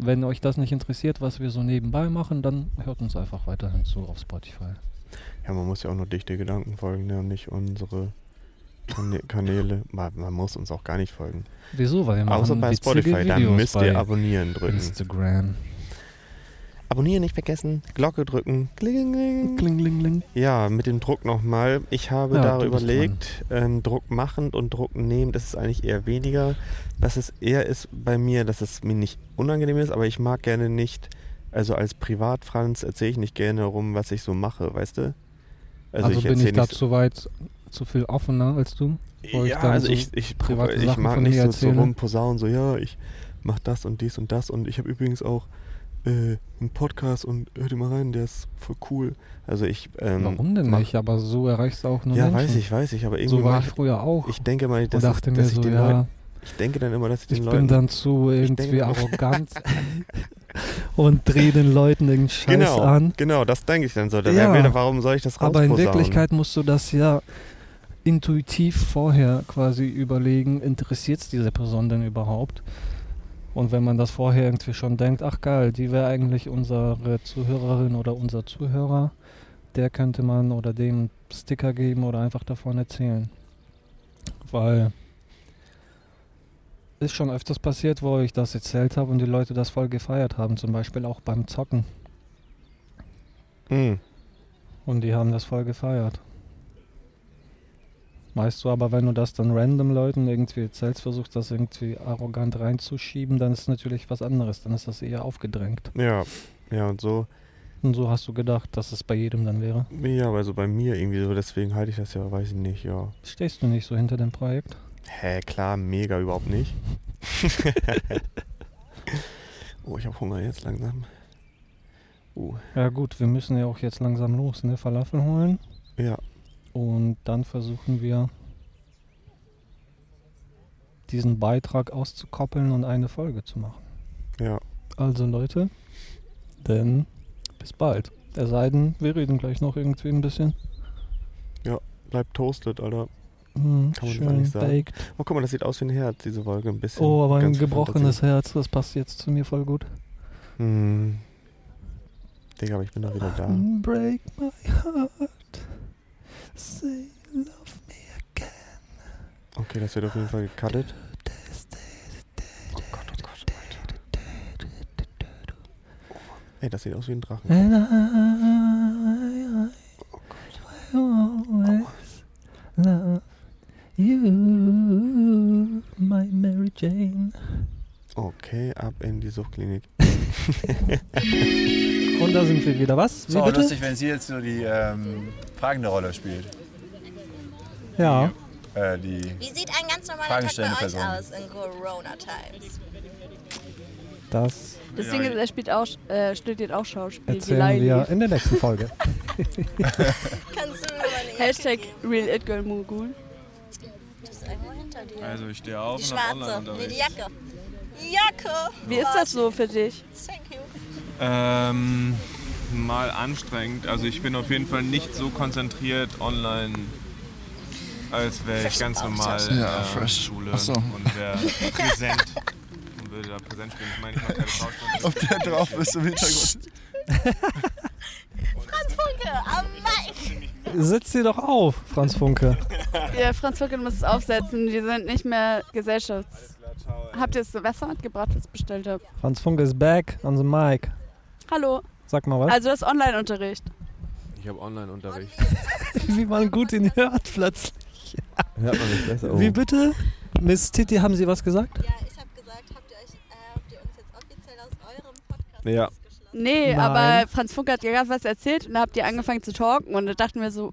Wenn euch das nicht interessiert, was wir so nebenbei machen, dann hört uns einfach weiterhin zu auf Spotify.
Ja, man muss ja auch nur dichte Gedanken folgen, ne? Und nicht unsere Kanä Kanäle. Man, man muss uns auch gar nicht folgen.
Wieso? Weil wir machen
Außer bei
witzige
Spotify, da
Videos
müsst
bei
ihr abonnieren drücken.
Instagram.
Abonnieren nicht vergessen, Glocke drücken. Kling, kling. Ja, mit dem Druck nochmal. Ich habe
Ja,
da
du bist
überlegt, ähm, Druck machend und Druck nehmend ist es eigentlich eher weniger. Was es eher ist bei mir, dass es mir nicht unangenehm ist, aber ich mag gerne nicht, also als Privatfranz erzähle ich nicht gerne rum, was ich so mache, weißt du?
Also, bin
erzähl
ich da
nicht so-
zu weit, zu viel offener als du? Wo
ja,
dann
also
so
ich, ich,
private
ich
Sachen
mag
von
nicht
mir
so, so
erzähle?
rumposaunen, so ja, ich mach das und dies und das und ich habe übrigens auch äh, einen Podcast und hört mal rein, der ist voll cool. Also ich ähm,
Warum denn
mach-
nicht? Aber so erreichst du auch nur
Ja,
Menschen.
weiß ich, weiß ich, aber irgendwie
So war
mach-
ich früher auch.
Ich denke mal, dass,
und dachte
ich,
mir
dass
so,
ich den
ja,
Leuten, ich denke dann immer, dass ich den
ich
Leuten
bin dann zu
ich
irgendwie
denke- *laughs*
arrogant *laughs* und drehe den Leuten irgendeinen Scheiß
genau,
an.
Genau, das denke ich dann so. Da
Ja.
wer will, denn- warum soll ich das
Aber in
rausposaunen?
Wirklichkeit musst du das ja intuitiv vorher quasi überlegen, interessiert es diese Person denn überhaupt? Und wenn man das vorher irgendwie schon denkt, ach geil, die wäre eigentlich unsere Zuhörerin oder unser Zuhörer, der könnte man oder dem einen Sticker geben oder einfach davon erzählen. Weil ist schon öfters passiert, wo ich das erzählt habe und die Leute das voll gefeiert haben, zum Beispiel auch beim Zocken.
Hm,
Und die haben das voll gefeiert. Weißt du, aber wenn du das dann random Leuten irgendwie erzählst, versuchst das irgendwie arrogant reinzuschieben, dann ist natürlich was anderes. Dann ist das eher aufgedrängt.
Ja, ja, und so.
Und so hast du gedacht, dass es bei jedem dann wäre.
Ja, aber so bei mir irgendwie so, deswegen halte ich das ja, weiß ich nicht, ja.
Stehst du nicht so hinter dem Projekt?
Hä, klar, mega überhaupt nicht. *laughs* oh, ich habe Hunger jetzt langsam. Oh,
Ja gut, wir müssen ja auch jetzt langsam los, ne? Falafel holen.
Ja.
Und dann versuchen wir diesen Beitrag auszukoppeln und eine Folge zu machen.
Ja.
Also Leute, denn bis bald. Es sei denn, wir reden gleich noch irgendwie ein bisschen.
ja, bleibt toasted, Alter.
Mm,
Kann man
schön
gar nicht sagen.
baked.
Oh, guck mal, das sieht aus wie ein Herz, diese Wolke, ein bisschen.
Oh, aber ein
Ganz
gebrochenes
Fantasie.
Herz, das passt jetzt zu mir voll gut.
Hm. Digga, aber ich bin doch wieder da.
Break my heart. Say love me.
Okay, das wird auf jeden Fall gecuttet. Oh Gott, oh Gott, Alter. oh Ey, das sieht aus wie ein Drachen.
always love you, my Mary Jane.
Okay, ab in die Suchtklinik.
Und da sind wir wieder. Was? Wie
So
bitte?
lustig, wenn sie jetzt so die ähm, fragende Rolle spielt.
Ja.
Äh, die
Wie sieht ein ganz normaler
Fragen
Tag bei
stellende
euch
Person.
aus in Corona Times?
Das
Deswegen, er spielt auch, äh, studiert auch Schauspiel. wie
erzählen
Laili.
wir in der nächsten *laughs* Folge.
Kannst du mir mal näher
Hashtag Real It Girl Mogul.
Das ist irgendwo hinter dir.
Also ich stehe auf
die
und hab
schwarze. Nee,
Online-Unterricht.
die Jacke. Jacke!
Wie ist das so für dich?
Thank you.
Ähm, mal anstrengend. Also ich bin auf jeden Fall nicht so konzentriert online, als wäre ich ganz normal in
Ja,
der
fresh.
Schule
Ach so.
und wäre präsent und würde da präsent spielen. Ich meine, ich mache keine Schauspiel.
Ob der drauf ist im Hintergrund.
Franz Funke, am Mike!
Sitz sie doch auf, Franz Funke.
Ja, Franz Vöckel muss es aufsetzen. Die sind nicht mehr Gesellschafts... Habt ihr das Wasser mitgebracht, was ich bestellt habe?
Franz Funke ist back on the mic.
Hallo.
Sag mal was.
Also das Online-Unterricht.
Ich habe Online-Unterricht.
Wie man gut ihn hört plötzlich.
Hört man mich besser? Oh.
Wie bitte? Miss Titi, haben Sie was gesagt?
Ja, Äh, ich hab gesagt, habt ihr, euch, äh, habt ihr uns jetzt offiziell aus eurem Podcast
Ja.
Nee,
Nein.
aber Franz Funke hat ja gerade was erzählt und da habt ihr angefangen zu talken und da dachten wir so...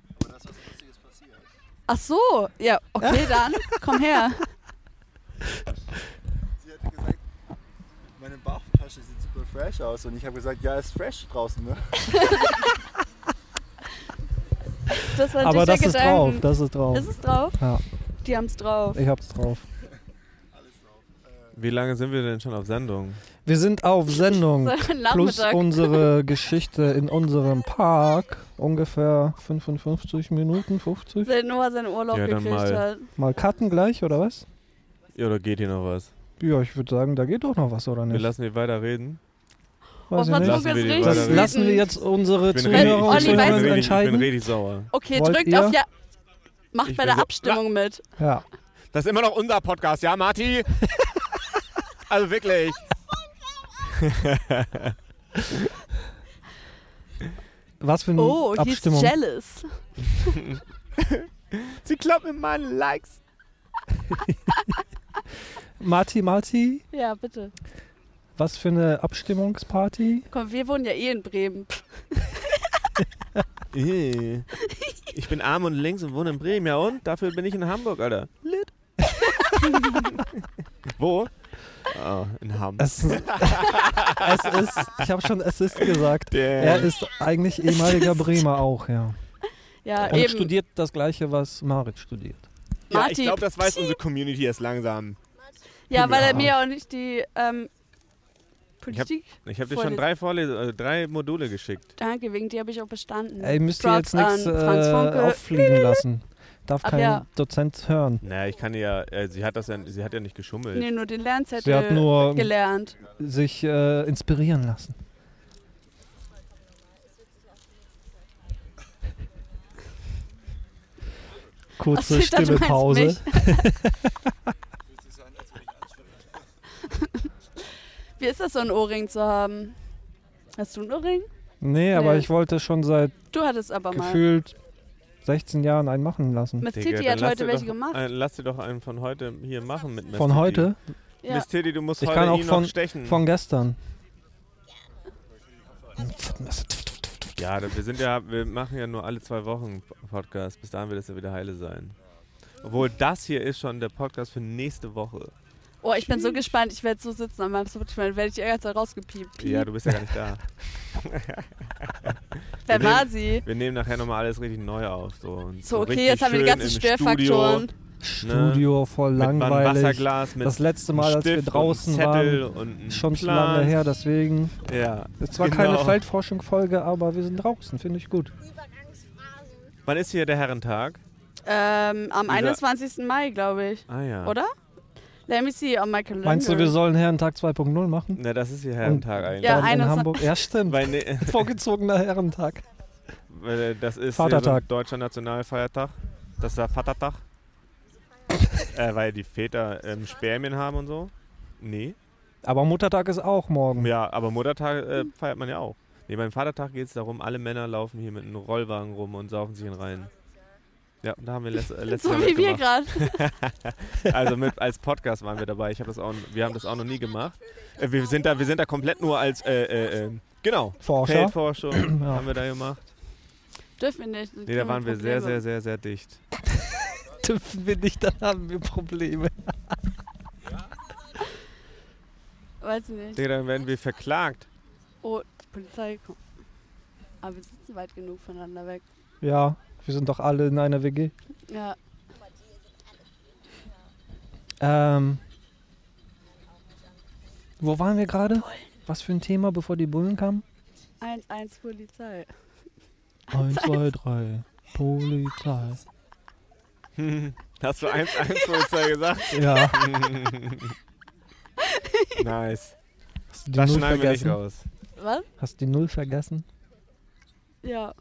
Ach so, ja, okay, dann komm her.
*laughs*
*laughs*
Sie hat gesagt, meine Bauchtasche sieht super fresh aus. Und ich habe gesagt, ja, ist fresh draußen, ne?
*laughs* Das war ein
Aber
dichter
das ist
Gedanken.
drauf, das ist drauf.
Ist es drauf?
Ja,
Die haben's *laughs* drauf.
ich hab's drauf.
Wie lange sind wir denn schon auf Sendung?
Wir sind *laughs* auf Sendung.
So ein
Plus
Nachmittag.
unsere Geschichte in unserem Park. Ungefähr 55 Minuten, 50.
Seit Noah seinen Urlaub
Ja, dann
gekriegt
mal.
hat.
Mal Karten gleich, oder was?
Ja, oder geht hier noch was?
Ja, ich würde sagen, da geht doch noch was, oder
Wir
nicht?
lassen die weiter reden.
Weiß
Oh,
ich
Franz
nicht.
Lassen
Funke
wir
ist
die
richtig
weiter
Das
reden.
lassen wir
wütend.
jetzt unsere
Ich bin
Zuhörer und
richtig- Olli, weißt
Zuhörerinnen
du-
ich bin
entscheiden.
richtig sauer.
Okay,
Wollt
drückt
ihr?
auf Ja. Macht
Ich
bei
bin
der
so- Ah.
Abstimmung mit.
Ja.
Das ist immer noch unser Podcast, ja, *laughs* Marti? also wirklich.
Was für eine
Oh, he's
Abstimmung.
jealous.
Sie klappt mit meinen Likes.
Marti, Marti,
Ja, bitte.
was für eine Abstimmungsparty?
Komm, wir wohnen ja eh in Bremen.
Äh. Ich bin arm und links und wohne in Bremen, ja und? Dafür bin ich in Hamburg, Alter. Lit. *laughs* Wo?
Ah,
Oh, in Hamburg.
Es, es ist, ich habe schon es ist gesagt. Er
Der.
ist eigentlich ehemaliger Bremer auch, ja.
Ja,
Und
eben.
studiert das gleiche, was Marit studiert.
Ja,
Marti.
ich glaube, das weiß unsere Community jetzt langsam.
ja, weil
Ja.
er mir auch nicht die ähm, Politik.
Ich habe dir schon drei, Vorles äh, drei Module geschickt.
Danke, wegen dir habe ich auch bestanden.
Ey, müsst ihr
Props
jetzt nichts
an Franz
äh,
Funke.
auffliegen lassen. Darf
Ab
kein
ja.
Dozent hören.
Naja, ich kann dir ja, äh, sie hat das ja, sie hat ja nicht geschummelt.
Nee, nur den Lernzettel
Sie hat nur
gelernt.
sich äh, inspirieren lassen.
*laughs*
Kurze
Ach, ich dachte,
stille
du Also, meinst
Pause. *laughs*
mich. *laughs* Wie ist das, so einen Ohrring zu haben? Hast du einen Ohrring?
Nee, aber
Nee.
ich wollte schon seit
Du hattest aber mal.
gefühlt 16 Jahren einen machen lassen.
Miss
Digga,
Titi
dann
hat
lass
heute
dir
welche
doch,
gemacht.
Äh, lass dir doch einen von heute hier machen mit Miss
Von
Titi.
heute?
Ja.
Miss Titi, du musst
Ich
heute
kann auch
ihn
von-
noch stechen.
Von gestern.
ja, da- wir sind ja, wir machen ja nur alle zwei Wochen Podcast. Bis dahin wird es ja wieder heile sein. Obwohl das hier ist schon der Podcast für nächste Woche.
Oh, ich bin so gespannt. Ich werde so sitzen an meinem Spotify. Dann werde ich die ganze Zeit rausgepiept.
Ja, du bist ja gar nicht da.
Wer
wir nehmen-
war sie?
Wir nehmen nachher nochmal alles richtig neu auf. So, und
So, okay,
richtig
jetzt haben wir die
schön
ganzen
im
Störfaktoren.
Studio voll
Studio, mit einem
langweilig.
Wasserglas, mit
Das letzte
einem
Mal, als wir
Stift
draußen
und einem Zettel
waren,
und einem
schon zu
Plan.
lange her, deswegen.
Ja.
Ist zwar keine
Genau.
Feldforschung-Folge, aber wir sind draußen, finde ich gut.
Wann ist hier der Herrentag?
Ähm, am
Dieser-
21. Mai, glaube ich.
Ah ja.
Oder? Let me see on my calendar.
Meinst du, wir sollen Herrentag 2.0 machen?
Na, das ist hier Herrentag eigentlich.
Ja,
Dann in
21.
Hamburg. Ja,
*laughs*
stimmt.
Weil,
*laughs*
ne,
Vorgezogener Herrentag.
weil äh, das ist Hier so
Vatertag.
ein deutscher Nationalfeiertag. Das ist der Vatertag. äh, weil die Väter ähm, Spermien haben und so. Nee.
Aber Muttertag ist auch morgen.
Ja, aber Muttertag äh, feiert man ja auch. Nee, beim Vatertag geht es darum, alle Männer laufen hier mit einem Rollwagen rum und saufen sich in Reihen. Ja, da haben wir letzt,
*laughs*
äh, letztes
So
Mal
wie wir
mitgemacht.
gerade.
also mit, als Podcast waren wir dabei. Ich hab das auch, wir haben das auch noch nie gemacht. Äh, wir, sind da, wir sind da komplett nur als, äh, äh, äh, genau,
Forscher.
Feldforschung
*clears throat* Ja.
haben wir da gemacht.
Dürfen wir nicht.
Nee, da waren wir sehr, sehr, sehr, sehr dicht.
*laughs*
Dürfen wir nicht, dann haben wir Probleme.
Weiß ich nicht.
Digga, dann werden wir verklagt.
Oh, Polizei kommt. Aber wir sitzen weit genug voneinander weg.
Ja, wir sind doch alle in einer WG.
Ja.
Ähm. Wo waren wir gerade? Was für ein Thema, bevor die Bullen kamen?
1-1 Polizei.
Eins, zwei, drei. Polizei.
*laughs* Hast du 1-1 Polizei gesagt?
Ja. *laughs*
nice.
Hast du die
Das
Null
schneiden wir nicht
vergessen?
raus.
Was?
Hast du die Null vergessen?
Ja.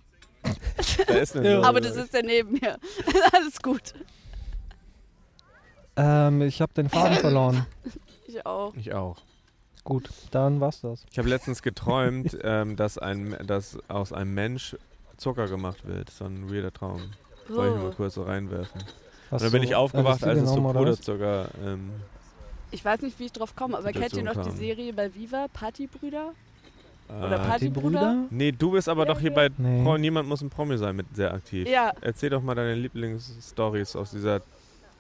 Da ist eine
Ja.
Null,
Aber
oder
du
was?
sitzt ja neben mir. *laughs* Alles gut.
Ähm, ich habe den Faden verloren.
Ich auch.
Ich auch.
Gut, dann war's das.
Ich habe
*laughs*
letztens geträumt, ähm, dass, ein, dass aus einem Mensch Zucker gemacht wird. So ein weirder Traum. Wollte ich
Oh.
nur mal kurz so reinwerfen.
Hast
Und dann bin
du
ich aufgewacht,
LSD
als es so
genommen, oder was?
Puderzucker. Ähm,
Ich weiß nicht, wie ich drauf komme, aber
Dazu
kennt ihr noch die
kam.
Serie bei Viva? Partybrüder?
Oder
Partybrüder?
äh, Nee, du bist aber doch hier bei
Nee.
Pro Niemand muss ein Promi sein mit sehr aktiv.
Ja.
Erzähl doch mal deine Lieblingsstories aus dieser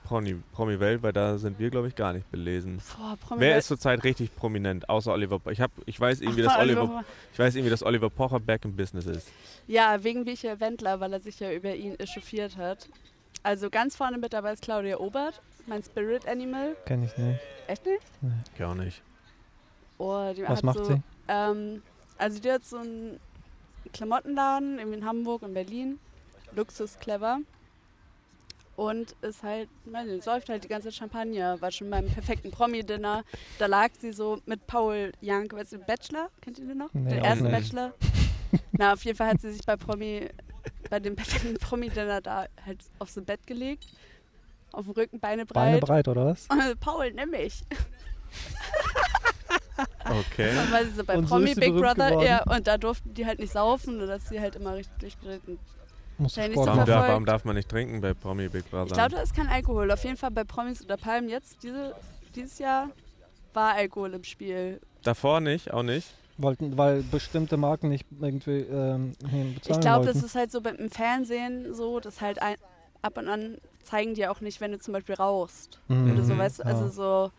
Promi- Promi-Welt, weil da sind wir, glaube ich, gar nicht belesen.
Boah, Promi-Welt.
Wer ist zurzeit richtig prominent, außer Oliver Po- ich hab, ich weiß irgendwie, dass
Ach, Oliver
Oliver,
Po-
ich weiß irgendwie, dass Oliver Pocher back in business ist.
Ja, wegen Michael Wendler, weil er sich ja über ihn echauffiert hat. Also ganz vorne mit dabei ist Claudia Obert, mein Spirit Animal.
Kenn ich nicht.
Echt nicht?
Ich auch nicht.
Oh, die
Was
hat
macht
so,
sie?
Ähm, also die hat so einen Klamottenladen irgendwie in Hamburg und Berlin. Luxus clever. Und ist halt, weiß nicht, säuft halt die ganze Zeit Champagner. War schon beim perfekten Promi-Dinner. Da lag sie so mit Paul Jank, weißt du, Bachelor, kennt ihr den noch?
Nee,
den
auch
ersten
nicht.
Bachelor.
*laughs*
Na, auf jeden Fall hat sie sich bei Promi, bei dem perfekten Promi-Dinner da halt auf so ein Bett gelegt. Auf dem Rücken, Beine breit.
Beine breit, oder was?
Und *laughs* Paul, nimm mich.
Okay.
Und weil sie so bei
Und so
Promi
ist sie
Big
berühmt
Brother,
geworden.
ja, und da durften die halt nicht saufen und dass sie halt immer richtig durchgedreht und
Musst du
Wenn ich
Sport
so
Warum,
machen.
darf,
verfolgt.
warum darf man nicht trinken bei Promi Big Brother?
Ich glaube, da ist kein Alkohol. Auf jeden Fall bei Promis oder Palmen jetzt, diese, dieses Jahr, war Alkohol im Spiel.
Davor nicht, auch nicht.
Wollten, weil bestimmte Marken nicht irgendwie ähm, hier bezahlen
Ich glaube, das
wollten.
ist halt so beim im Fernsehen so, dass halt ein, ab und an zeigen die auch nicht, wenn du zum Beispiel rauchst.
Mhm.
Oder so, weißt du, also
Ja.
so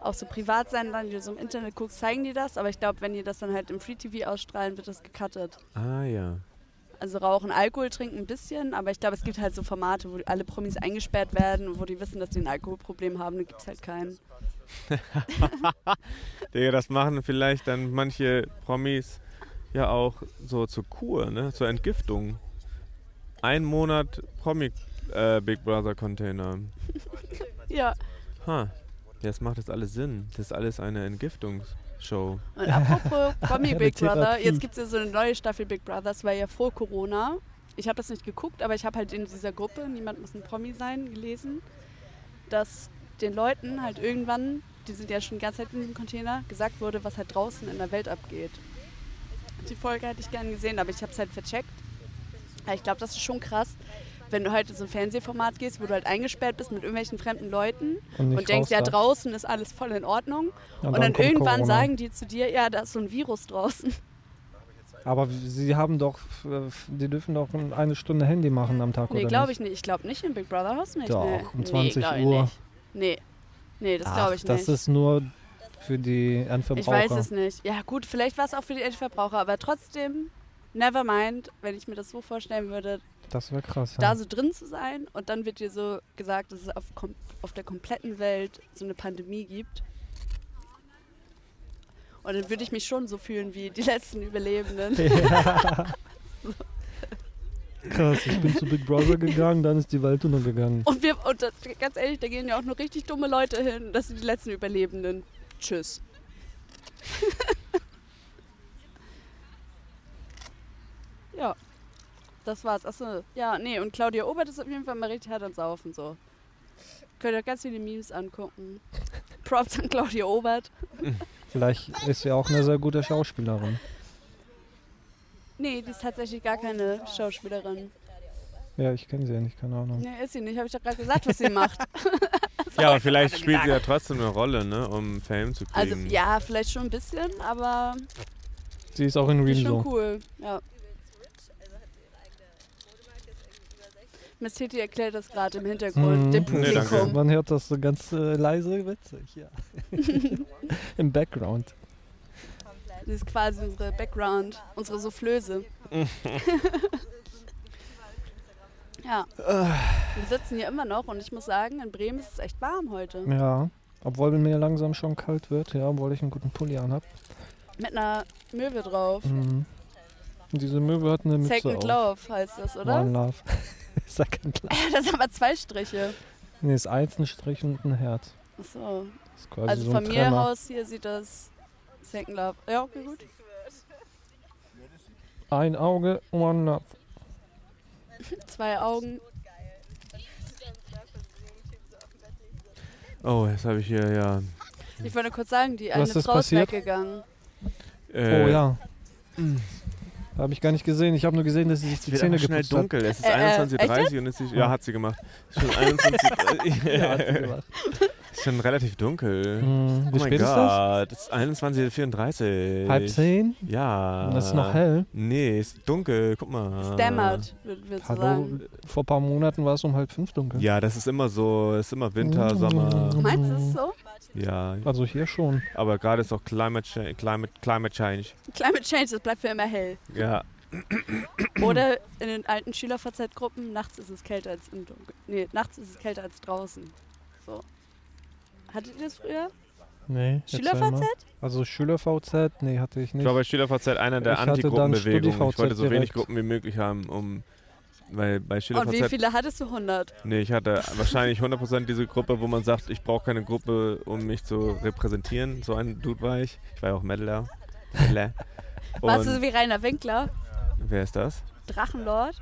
auch so Privatsendern, die du so im Internet guckst, zeigen die das, aber ich glaube, wenn die das dann halt im Free TV ausstrahlen, wird das gecuttet.
Ah ja.
Also rauchen, Alkohol trinken ein bisschen, aber ich glaube, es gibt halt so Formate, wo alle Promis eingesperrt werden und wo die wissen, dass die ein Alkoholproblem haben, dann gibt es halt keinen.
Digga, das machen vielleicht dann manche Promis ja auch so zur Kur, ne? Zur Entgiftung. Ein Monat Promi äh, Big Brother Container.
Ja.
Ha. Das macht jetzt alles Sinn. Das ist alles eine Entgiftungsshow.
Und
*laughs*
apropos Promi
Eine
Big Brother,
Therapie.
jetzt gibt es ja so eine neue Staffel Big Brother, das war ja vor Corona. Ich habe das nicht geguckt, aber ich habe halt in dieser Gruppe, niemand muss ein Promi sein, gelesen, dass den Leuten halt irgendwann, die sind ja schon die ganze Zeit in diesem Container, gesagt wurde, was halt draußen in der Welt abgeht. Die Folge hätte ich gerne gesehen, aber ich habe es halt vercheckt. Aber ich glaube, das ist schon krass, wenn du halt in so ein Fernsehformat gehst, wo du halt eingesperrt bist mit irgendwelchen fremden Leuten
Und
und,
nicht
denkst,
raus
ja,
darfst.
draußen ist alles voll in Ordnung.
Und
Und,
dann
dann,
kommt
irgendwann
Corona.
sagen die zu dir, ja, da ist so ein Virus draußen.
Aber sie haben doch, äh, die dürfen doch eine Stunde Handy machen am Tag,
Nee,
oder
glaube
nicht?
ich nicht. Ich glaube nicht im Big Brother Haus nicht.
Doch,
nee.
um
Nee,
20
glaub ich
Uhr.
Nicht. Nee. nee, das glaube ich
Ach, das
nicht.
ist nur für die Endverbraucher.
ich weiß es nicht. Ja gut, vielleicht war es auch für die Endverbraucher, aber trotzdem, never mind, wenn ich mir das so vorstellen würde,
Das wäre krass. *laughs*
da so drin zu sein und dann wird dir so gesagt, dass es auf, kom- auf der kompletten Welt so eine Pandemie gibt. Und dann würde ich mich schon so fühlen wie die letzten Überlebenden.
Ja. Krass, ich bin zu Big Brother gegangen, dann ist die Welt untergegangen.
Und wir, und das, ganz ehrlich, da gehen ja auch nur richtig dumme Leute hin. Das sind die letzten Überlebenden. Tschüss. *laughs* ja, das war's. Achso, ja, nee, und Claudia Obert ist auf jeden Fall mal richtig hart am Saufen, so. Könnt ihr euch ganz viele Memes angucken. Props an Claudia Obert.
Vielleicht ist sie auch eine sehr gute Schauspielerin.
Nee, die ist tatsächlich gar keine Schauspielerin.
Ja, ich kenne sie ja nicht, keine Ahnung.
Nee, ist sie nicht. Habe ich doch gerade gesagt, was sie macht.
Ja, aber vielleicht spielt sie ja trotzdem eine Rolle, ne, um Fame zu kriegen.
Also ja, vielleicht schon ein bisschen, aber
Sie ist auch in
die
Real
ist schon
so.
cool. also Ja. Miss Titi erklärt das gerade im
Mhm.
Hintergrund, dem Publikum.
Man hört das so ganz äh, leise, witzig,
*laughs*
ja. Im Background.
Das ist quasi unsere Background,
*laughs*
unsere Soufflöse. ja. Wir sitzen hier immer noch und ich muss sagen, in Bremen ist es echt warm heute.
Ja, obwohl mir langsam schon kalt wird, ja, obwohl ich einen guten Pulli anhab.
Mit einer Möwe drauf.
Mhm. Und diese Möwe hat eine Mütze
Second
auf.
Love heißt das, oder?
One Love. *laughs* Second Love.
*laughs* das sind aber zwei Striche.
Nee, ist eins ein Strich und ein Herz.
Achso.
Ist quasi
also
so ein
von mir
Trenner.
aus hier sieht das Second Love. Ja, okay, gut.
Ein Auge, One Love.
Zwei Augen.
Oh, jetzt habe ich hier ja.
Ich wollte kurz sagen, die eine
Was ist
Frau
passiert?
ist weggegangen.
Äh,
oh ja. Habe ich gar nicht gesehen. Ich habe nur gesehen, dass sie sich die
Es wird
Zähne
aber schnell
geputzt ne? hat.
dunkel. Es ist
Äh, äh,
21.30
echt
Uhr und es ist. Ja, hat sie gemacht. Es ist schon
*laughs*
21
Ja, hat sie gemacht.
Es ist schon relativ dunkel.
Hm, wie
*laughs* oh mein
spät ist das?
Gott, es ist 21.34 Uhr.
Halb zehn?
Ja.
Und es ist noch hell?
Nee, es ist dunkel. Guck mal.
Stammert, würd- würdest du
Ah. Hallo,
sagen.
vor ein paar Monaten war es um halb fünf dunkel.
Ja, das ist immer so. Es ist immer
Mhm.
Winter, Sommer.
Meinst du es so?
Ja.
Also hier schon.
Aber gerade ist auch Climate, Cha- Climate, Climate Change.
Climate Change, das bleibt für
*clears throat*
immer hell.
Ja.
Oder in den alten Schüler-VZ-Gruppen, nachts ist es kälter als im Dunkeln. Nee, nachts ist es kälter als draußen. So. Hattet ihr das früher?
Nee. erzähl
Schüler-VZ?
mal. Also Schüler-VZ? Nee, hatte ich nicht.
Ich war bei SchülerVZ einer der
Ich hatte dann
Antigruppenbewegungen. Ich
StudiVZ
wollte so wenig
direkt.
Gruppen wie möglich haben, um. Weil bei SchülerVZ.
Und Oh, wie viele hattest du? 100?
Nee, ich hatte wahrscheinlich 100% diese Gruppe, wo man sagt, ich brauche keine Gruppe, um mich zu repräsentieren. So ein Dude war ich. Ich war ja auch Meddler.
*laughs*
Meddler.
Warst du so
Und
wie Rainer Winkler?
wer ist das?
Drachenlord?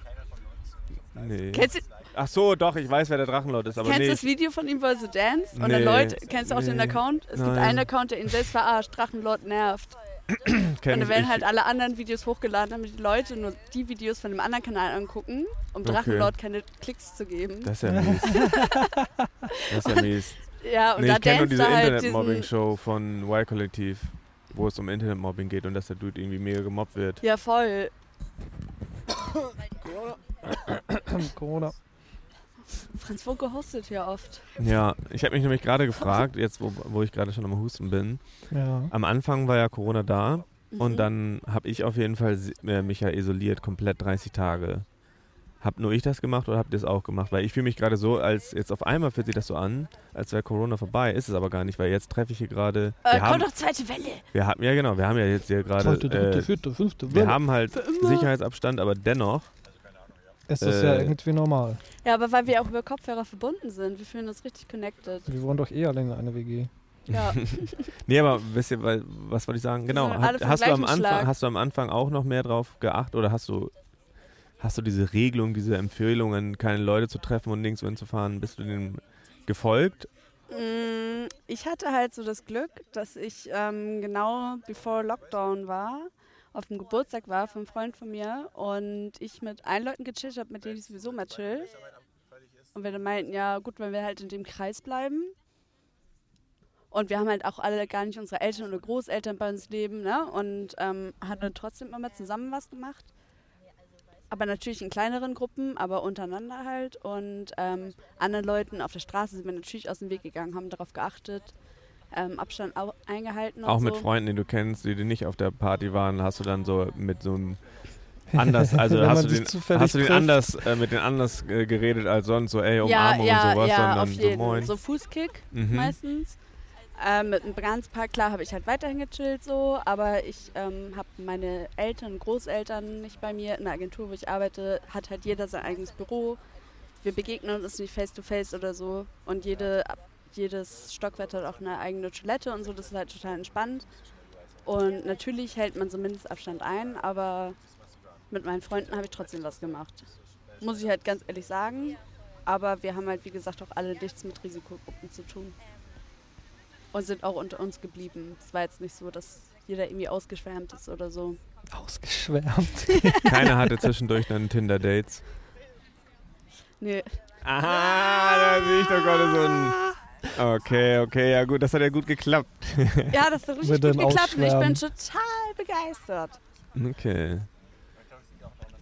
Nee.
Kennst du-
Ach so, doch, ich weiß, wer der Drachenlord ist, aber
kennst du
nee.
das Video von ihm, wo er so dance? Und dann
Nee.
Leute, kennst du auch den
Nee.
Account? Es gibt
Nein.
einen Account, der ihn selbst verarscht. Drachenlord nervt.
ich- kenn
und
ich,
dann werden
ich,
halt alle anderen Videos hochgeladen, damit die Leute nur die Videos von dem anderen Kanal angucken, um
Okay.
Drachenlord keine Klicks zu geben.
Das ist ja mies.
*laughs*
Das ist ja mies.
Ja, und
nee,
da
ich kenne nur
danced
diese
er halt
Internet-Mobbing-Show von Y-Kollektiv, wo es um Internet-Mobbing geht und dass der Dude irgendwie mega gemobbt wird.
Ja, voll.
*clears throat* Corona.
Franz Funke hostet hier oft.
Ja, ich habe mich nämlich gerade gefragt, jetzt wo, wo ich gerade schon am Husten bin.
Ja.
Am Anfang war ja Corona da
Mhm.
und dann habe ich auf jeden Fall si- äh, mich ja isoliert, komplett 30 Tage. Hab nur ich das gemacht oder habt ihr es auch gemacht? Weil ich fühle mich gerade so, als jetzt auf einmal fühlt sich das so an, als wäre Corona vorbei. Ist es aber gar nicht, weil jetzt treffe ich hier gerade.
Äh,
wir
kommt
haben-
doch zweite Welle.
Wir haben, ja genau, wir haben ja jetzt hier gerade.
Zweite, dritte,
äh,
vierte, fünfte
Wir
Welle.
haben halt
Für immer.
Sicherheitsabstand, aber dennoch.
Es ist
äh,
ja irgendwie normal.
Ja, aber weil wir auch über Kopfhörer verbunden sind. Wir fühlen uns richtig connected.
Wir wohnen doch eh alle in einer WG.
Ja.
Nee, aber wisst ihr, weil, was wollte ich sagen? Genau,
sind alle
hat,
vom
hast, du am
gleichen Schlag.
Anfang, hast du am Anfang auch noch mehr drauf geachtet oder hast du, hast du diese Regelung, diese Empfehlungen, keine Leute zu treffen und nirgendwo hinzufahren, bist du dem gefolgt?
Mm, Ich hatte halt so das Glück, dass ich ähm, genau bevor Lockdown war, auf dem Geburtstag war von einem Freund von mir und ich mit allen Leuten gechillt habe, mit denen ich sowieso mal chill. Und wir dann meinten, ja gut, wenn wir halt in dem Kreis bleiben. Und wir haben halt auch alle gar nicht unsere Eltern oder Großeltern bei uns leben, ne? Und ähm, haben dann trotzdem immer zusammen was gemacht. Aber natürlich in kleineren Gruppen, aber untereinander halt. Und ähm, anderen Leuten auf der Straße sind wir natürlich aus dem Weg gegangen, haben darauf geachtet, ähm, Abstand au- eingehalten.
auch
und
mit
so.
Freunden, die du kennst, die, die nicht auf der Party waren, hast du dann so mit so einem
*laughs*
anders, also
Wenn
hast
man
du,
sich
den,
zufällig
hast du den
trifft.
anders, äh, mit den anders äh, geredet als sonst, so ey,
ja,
Umarmung
ja,
und sowas,
ja,
sondern
auf jeden.
so moin. *laughs*
So Fußkick
Mhm.
meistens. Ähm, mit einem ganz paar, klar, habe ich halt weiterhin gechillt so, aber ich ähm, habe meine Eltern, Großeltern nicht bei mir. In der Agentur, wo ich arbeite, hat halt jeder sein eigenes Büro. Wir begegnen uns nicht face to face oder so und jede, ab- jedes Stockwerk hat auch eine eigene Toilette und so, das ist halt total entspannt. Und natürlich hält man so Mindestabstand ein, aber mit meinen Freunden habe ich trotzdem was gemacht. Muss ich halt ganz ehrlich sagen. Aber wir haben halt, wie gesagt, auch alle nichts mit Risikogruppen zu tun. und sind auch unter uns geblieben. Es war jetzt nicht so, dass jeder irgendwie ausgeschwärmt ist oder so.
Ausgeschwärmt.
*laughs*
Keiner hatte zwischendurch dann Tinder-Dates.
Nee.
Aha, da sehe ich doch gerade so ein. Okay, okay, ja gut, das hat ja gut geklappt. *laughs*
Ja, das hat richtig
Mit
gut
dem
geklappt und ich bin
Ausschwärmen.
total begeistert.
Okay.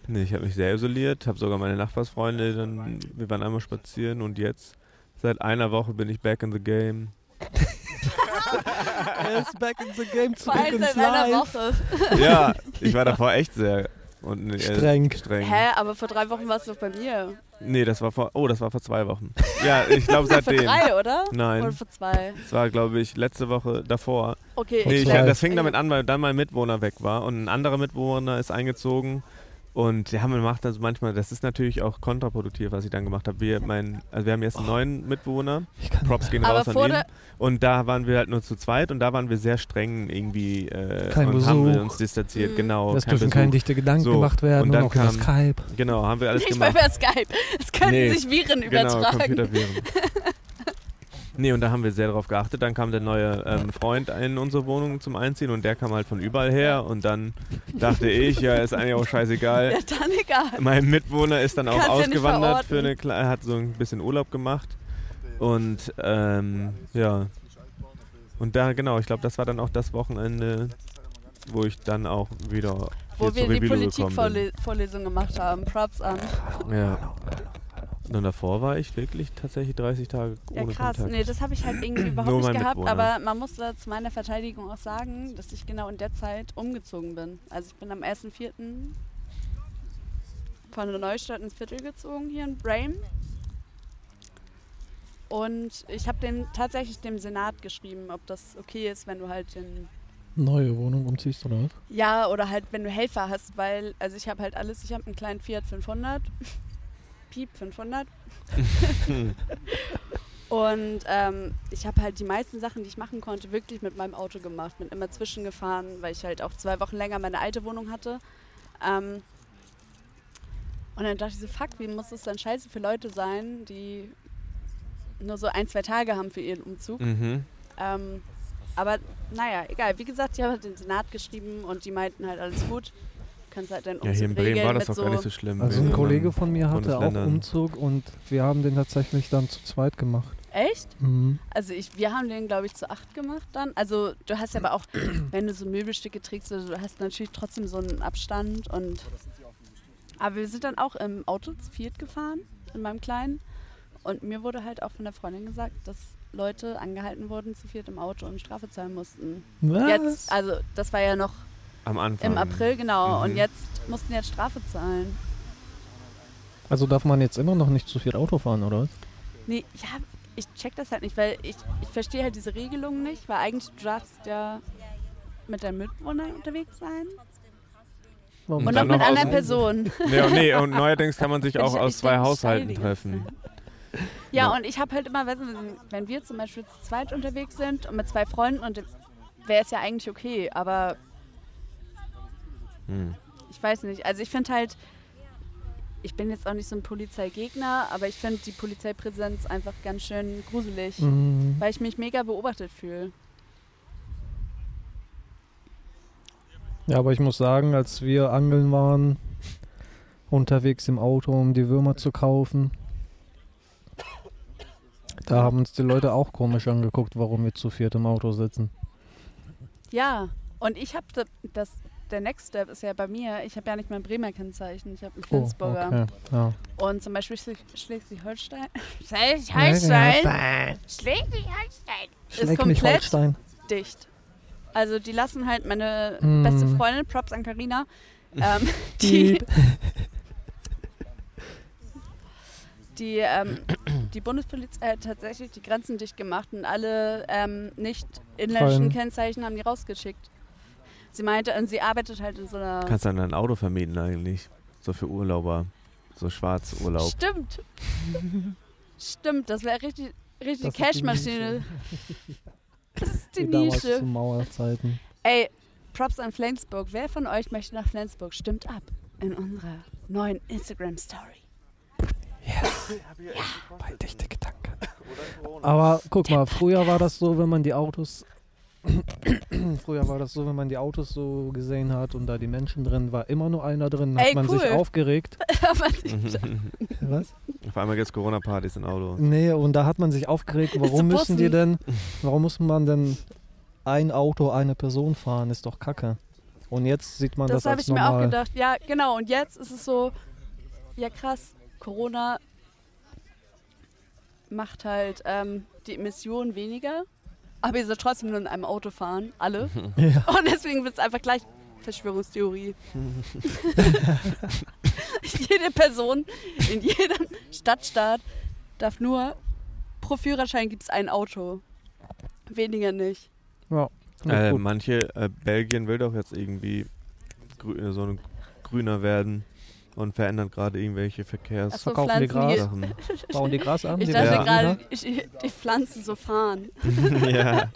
Nee, ich habe mich sehr isoliert, habe sogar meine Nachbarsfreunde, dann, wir waren einmal spazieren und jetzt, seit einer Woche bin ich back in the
*laughs*
game.
*laughs* er ist back in the game
Vor
zurück
allem
ins
seit einer
Live.
Woche.
Ja, ich war davor echt sehr und, äh,
Streng.
streng.
Hä, aber vor drei Wochen warst du doch bei mir.
Nee, das war vor, oh, das war vor zwei Wochen. Ja, ich glaube
Na, *laughs* vor
seitdem.
drei, oder?
Nein.
Oder vor zwei?
Es war, glaube ich, letzte Woche davor.
Okay,
nee,
ich
ich,
glaub-
das fing
*laughs*
damit an, weil dann mein Mitwohner weg war und ein anderer Mitwohner ist eingezogen. Und ja, man macht also manchmal, das ist natürlich auch kontraproduktiv, was ich dann gemacht habe. Wir, mein, also wir haben jetzt einen
Oh.
neuen Mitwohner. Props gehen
Aber
raus
vor
an ihn.
der-
Und da waren wir halt nur zu zweit und da waren wir sehr streng irgendwie äh,
Kein
und haben wir
Besuch.
uns
Mhm.
distanziert, genau.
Es
kein
dürfen keine
Besuch.
dichten Gedanken
so.
gemacht werden
und
und
dann
auch über
kam,
Skype.
Genau, haben wir alles
Nicht mal
gemacht.
per Skype. Es können
Nee,
sich Viren
genau,
übertragen. *laughs*
Computerviren. Nee, und da haben wir sehr darauf geachtet. Dann kam der neue ähm, Freund in unsere Wohnung zum Einziehen und der kam halt von überall her. Und dann dachte ich, ja, ist eigentlich auch scheißegal.
*laughs* ja, dann egal.
Mein Mitwohner ist dann auch
Kannst ja nicht
ausgewandert für
verorten.
eine Kle- hat so ein bisschen Urlaub gemacht. Und ähm, ja. Und da, genau, ich glaube, das war dann auch das Wochenende, wo ich dann auch wieder
Wo
hier
wir
zu
die
Revilo gekommen bin.
Politikvorlesung gemacht haben. Props an.
Ja. Und davor war ich wirklich tatsächlich 30 Tage
Ja,
ohne
krass.
Kontakt.
Nee, das habe ich
*clears throat*
halt irgendwie überhaupt
Nur
nicht
mein
gehabt.
Mitwohner.
Aber man muss da zu meiner Verteidigung auch sagen, dass ich genau in der Zeit umgezogen bin. Also ich bin am 1.4. von der Neustadt ins Viertel gezogen, hier in Bremen. Und ich habe dem tatsächlich dem Senat geschrieben, ob das okay ist, wenn du halt den
Neue Wohnung umziehst oder was?
Ja, oder halt, wenn du Helfer hast, weil, also ich habe halt alles, ich habe einen kleinen Fiat 500, Piep 500. *laughs* Und ähm, ich habe halt die meisten Sachen, die ich machen konnte, wirklich mit meinem Auto gemacht. Bin immer zwischengefahren, weil ich halt auch zwei Wochen länger meine alte Wohnung hatte. Ähm, und dann dachte ich so, fuck, wie muss das dann scheiße für Leute sein, die nur so ein, zwei Tage haben für ihren Umzug.
Mhm.
Ähm, aber naja, egal. Wie gesagt, ich habe halt den Senat geschrieben und die meinten halt alles gut. Kannst halt deinen
Ja,
Umzug
hier in Bremen
regeln
war das
mit
auch gar nicht so schlimm.
Also
wie
ein
in
Kollege
anderen
von mir hatte auch
Bundesländern.
Umzug und wir haben den tatsächlich dann zu zweit gemacht.
Echt?
Mhm.
Also ich, wir haben den, glaube ich, zu acht gemacht dann. Also du hast ja aber auch, *clears throat* wenn du so Möbelstücke trägst, also du hast natürlich trotzdem so einen Abstand und. Aber wir sind dann auch im Auto zu viert gefahren, in meinem Kleinen. Und mir wurde halt auch von der Freundin gesagt, dass Leute angehalten wurden zu viert im Auto und Strafe zahlen mussten.
Was?
Jetzt, also das war ja noch
Am Anfang.
im April, genau.
Mhm.
Und jetzt mussten jetzt Strafe zahlen.
Also darf man jetzt immer noch nicht zu viel Auto fahren, oder? was?
Nee, ja, ich check das halt nicht, weil ich, ich verstehe halt diese Regelung nicht, weil eigentlich du darfst ja mit deinem Mitwohner unterwegs sein.
Warum?
Und
dann
auch mit
noch aus
einer
dem- *laughs*
*laughs* Person.
Nee, und nee, und neuerdings kann
*laughs*
man sich auch
Ich-
aus
ich
zwei
denk, ich
Haushalten
steige
treffen.
Ja, und ich habe halt immer, weißt du, wenn wir zum Beispiel zu zweit unterwegs sind und mit zwei Freunden, und wäre es ja eigentlich okay, aber
Hm.
ich weiß nicht. Also ich finde halt, ich bin jetzt auch nicht so ein Polizeigegner, aber ich finde die Polizeipräsenz einfach ganz schön gruselig,
Mhm.
weil ich mich mega beobachtet fühle.
Ja, aber ich muss sagen, als wir angeln waren, unterwegs im Auto, um die Würmer zu kaufen, da haben uns die Leute auch komisch angeguckt, warum wir zu viert im Auto sitzen.
Ja, und ich habe das, das, der Next Step ist ja bei mir, ich habe ja nicht mein Bremer Kennzeichen, ich habe ein Flensburger.
Oh, okay, ja.
Und zum Beispiel Schleswig- Schleswig-Holstein. *laughs* Schleswig-Holstein.
Schleswig-Holstein.
Schleswig-Holstein. Ist
Schlägt mich
komplett
Holstein.
dicht. Also die lassen halt meine
Mm.
beste Freundin, Props an Carina,
*laughs*
ähm, *laughs* die,
Dieb.
die, ähm, die Bundespolizei hat tatsächlich die Grenzen dicht gemacht und alle ähm, nicht inländischen
Vollen.
Kennzeichen haben die rausgeschickt. Sie meinte, und sie arbeitet halt in so einer...
Kannst dann ein Auto vermieten eigentlich. So für Urlauber. So Schwarzurlaub.
*laughs*
Stimmt. Stimmt, das wäre richtig,
Das
richtig
ist die *laughs*
Cashmaschine. Das ist die
Wie damals
Nische.
zu Mauerzeiten.
Ey, Props an Flensburg. Wer von euch möchte nach Flensburg? Stimmt ab in unserer *laughs* neuen Instagram-Story.
Bei dichte Gedanken.
Aber guck mal, früher war das so, wenn man die Autos. *coughs* früher war das so, wenn man die Autos so gesehen hat und da die Menschen drin war, immer nur einer drin, hat
Ey,
man sich
cool. *laughs*
aufgeregt. Was?
Auf einmal gibt es Corona-Partys in Auto.
Nee, und da hat man sich aufgeregt, warum
Zu
müssen die denn,
Bussen.
warum muss man denn ein Auto, eine Person fahren, ist doch kacke. Und jetzt sieht man das,
das habe
als
ich mir auch
normal.
gedacht. Ja, genau. Und jetzt ist es so, ja krass, Corona macht halt ähm, die Emissionen weniger, aber ihr sollt trotzdem nur in einem Auto fahren,
*laughs*
alle.
Ja.
Und deswegen wird es einfach gleich
*laughs*
Verschwörungstheorie. Jede Person in jedem Stadtstaat darf nur, pro Führerschein gibt es ein Auto. Weniger nicht.
Ja, finde ich
Ähm,
Äh,
gut.
manche, äh, Belgien will doch jetzt irgendwie grü äh, so ein grüner werden und verändern gerade irgendwelche Verkehrs...
*laughs* Ach so, Verkaufen die pflanzen die-
Sachen.
Bauen die Gras an? ne?
Ich
die
dachte
werden grüner?
gerade, ich- die Pflanzen so fahren.
Ja.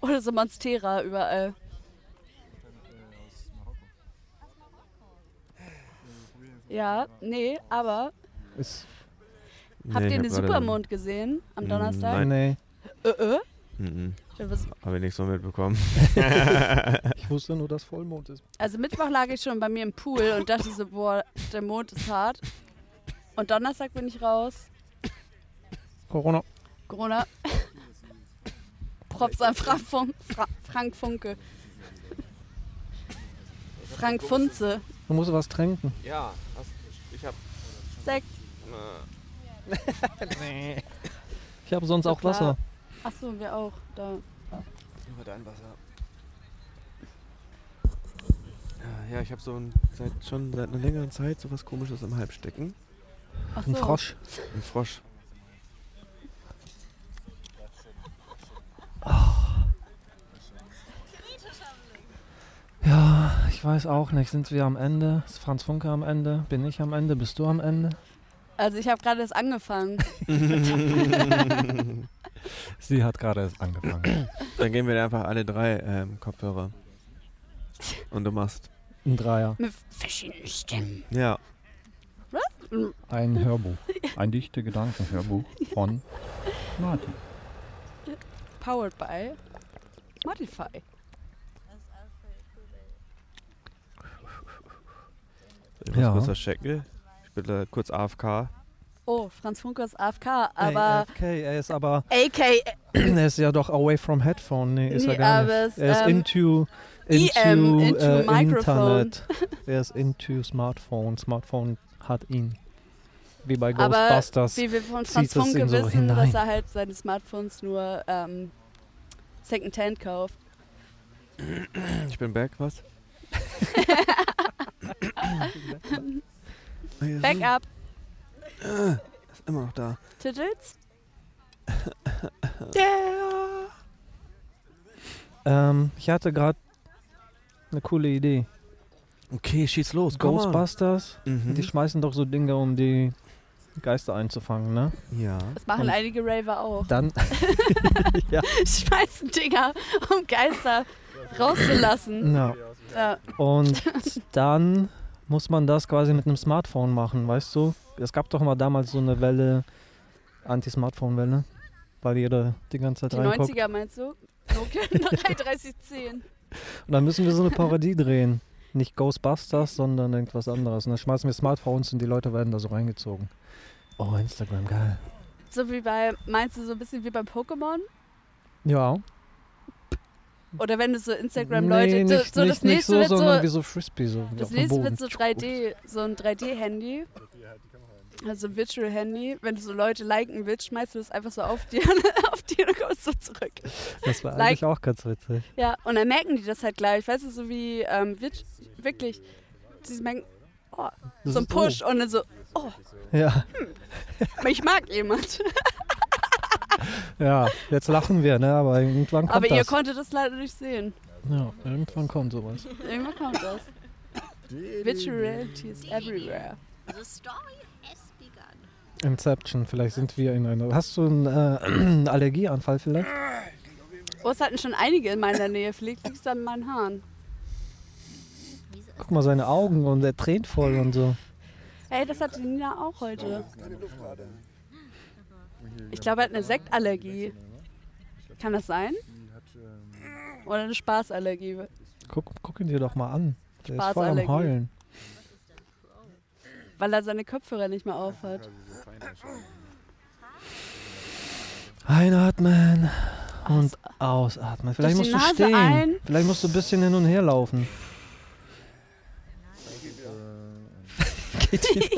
Oder so Monstera überall. Ja, nee, aber
Ist
Nee,
habt
ich
ihr
hab
den
gerade-
Supermond gesehen am
Mm,
Donnerstag?
nein. Nee.
Äh, äh?
Mhm.
Ja, was-
Habe ich nichts so mitbekommen.
Ich wusste nur, dass Vollmond ist.
Also Mittwoch lag ich schon bei mir im Pool und dachte so, boah, der Mond ist hart. Und Donnerstag bin ich raus.
Corona.
Corona. *laughs* Props an Frank, Fun Fra Frank Funke. Frank Funze.
Man muss was trinken.
Ja, ich hab...
Sekt.
*laughs* Ich habe sonst auch Wasser.
Achso, wir auch. Da.
Nur dein Wasser. Ja, ich habe so ein, seit, schon seit einer längeren Zeit so was komisches im Halb stecken.
Ach Ein so. Frosch.
Ein Frosch.
Ja, ich weiß auch nicht. Sind wir am Ende? Ist Franz Funke am Ende? Bin ich am Ende? Bist du am Ende?
Also ich habe gerade erst angefangen.
*laughs*
Sie hat gerade erst angefangen.
Dann gehen wir dir einfach alle drei ähm, Kopfhörer. Und du machst.
Ein Dreier.
Mit verschiedenen Stimmen.
Ja.
Was?
*laughs*
Ein Hörbuch. Ein dichte Gedankenhörbuch von Martin.
Powered by Modify.
Ich
Ja.
ja. kurz das Scheckel. Ich bin da kurz AFK.
Oh, Franz Funke ist AFK, aber
Okay, er ist aber. *clears throat*
AK
er ist ja doch away from headphone. Nee, ist
Nee,
er gar
aber
nicht.
es,
Er ist
ähm,
into.
EM,
Into,
into
äh,
microphone.
Internet.
*laughs*
Er ist into Smartphone. Smartphone hat ihn. Wie bei
Aber
Ghostbusters.
wie wir von Franz
zieht es ihn
Funke
so
wissen, dass
hinein.
er halt seine Smartphones nur ähm, Secondhand kauft.
Ich bin back, was?
Backup.
Äh, Ist immer noch da.
Titels?
Ähm, ich hatte gerade eine coole Idee.
Okay, schieß los. come on.
Ghostbusters,
Mhm.
die schmeißen doch so Dinge, um die Geister einzufangen, ne?
Ja.
Das machen einige
*laughs*
Raver auch.
Dann. ja.
Schmeißen Dinger, um Geister rauszulassen.
Ja.
Ja. *laughs*
Und dann muss man das quasi mit einem Smartphone machen, weißt du? Es gab doch mal damals so eine Welle, Anti-Smartphone-Welle, weil jeder die ganze Zeit
Die
reinguckt.
90er meinst du? Nokia *laughs* 3310.
Und dann müssen wir
*laughs*
so eine Parodie drehen. Nicht Ghostbusters, sondern irgendwas anderes. Und dann schmeißen wir Smartphones und die Leute werden da so reingezogen. Oh, Instagram, geil.
So wie bei, meinst du so ein bisschen wie bei Pokémon?
Ja.
Oder wenn du so Instagram-Leute,
nee,
so,
nicht,
so
nicht,
das
nicht
nächste
so,
wird so,
sondern wie so Frisbee. So auf
das
dem
nächste
Boden.
wird so 3D, so ein 3D-Handy. Also Virtual Handy. Wenn du so Leute liken willst, schmeißt du das einfach so auf dir, *laughs* auf dir und kommst so zurück.
Das war
Like.
eigentlich auch ganz witzig.
Ja, und dann merken die das halt gleich, weißt du, so wie ähm, virt- wirklich, sie merken, oh,
Das
so ein
ist- oh.
Push und dann so, oh,
Ja,
hm, mich mag jemand.
ja. Jetzt lachen wir, ne? Aber irgendwann kommt
Aber
das.
ihr konntet das leider nicht sehen.
ja, irgendwann kommt sowas.
Irgendwann kommt das. Virtual Reality is everywhere.
Inception, vielleicht sind wir in einer. Hast du einen äh, *clears throat* Allergieanfall vielleicht?
Oh, es hatten schon einige in meiner Nähe. Vielleicht liegt es an meinen Haaren.
Guck mal, seine Augen und er tränt voll und so.
Ey, das hatte Nina auch heute. Ich glaube, er hat eine Sektallergie. Kann das sein? Oder eine Spaßallergie.
Guck, guck ihn dir doch mal an. Der ist voll am
Spaßallergie.
Heulen.
Weil er seine Kopfhörer nicht mehr auf hat.
Einatmen und ausatmen. Vielleicht musst
Durch die
du
Nase
stehen.
ein.
Vielleicht musst du ein bisschen hin und her laufen. *laughs*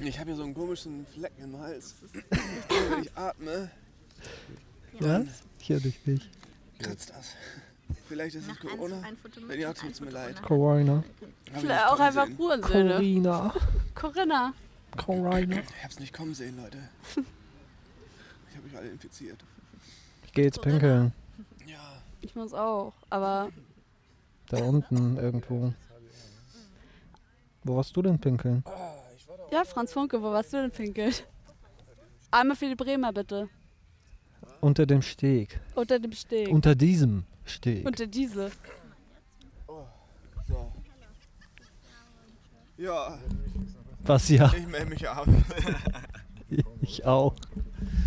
Ich habe hier so einen komischen Flecken im Hals. Wenn ich atme,
Ja? Hier durch mich.
kratzt das. Vielleicht ist es Corona. Wenn ja, tut's mir leid.
Corona.
Hab ich
Vielleicht
nicht
auch
kommen
einfach
sehen.
Ruhrsöhne.
Corinna.
Corinna.
Corona.
Ich hab's nicht kommen sehen, Leute. Ich habe euch alle infiziert.
Ich gehe jetzt pinkeln.
Ich muss auch. Aber
Da unten irgendwo. Wo warst du denn pinkeln?
ja, Franz Funke, wo warst du denn pinkelt? Einmal für die Bremer bitte.
Unter dem Steg.
Unter dem Steg.
Unter diesem Steg.
Unter diese.
So. Ja.
Was ja?
Ich melde mich ab.
*laughs* Ich auch.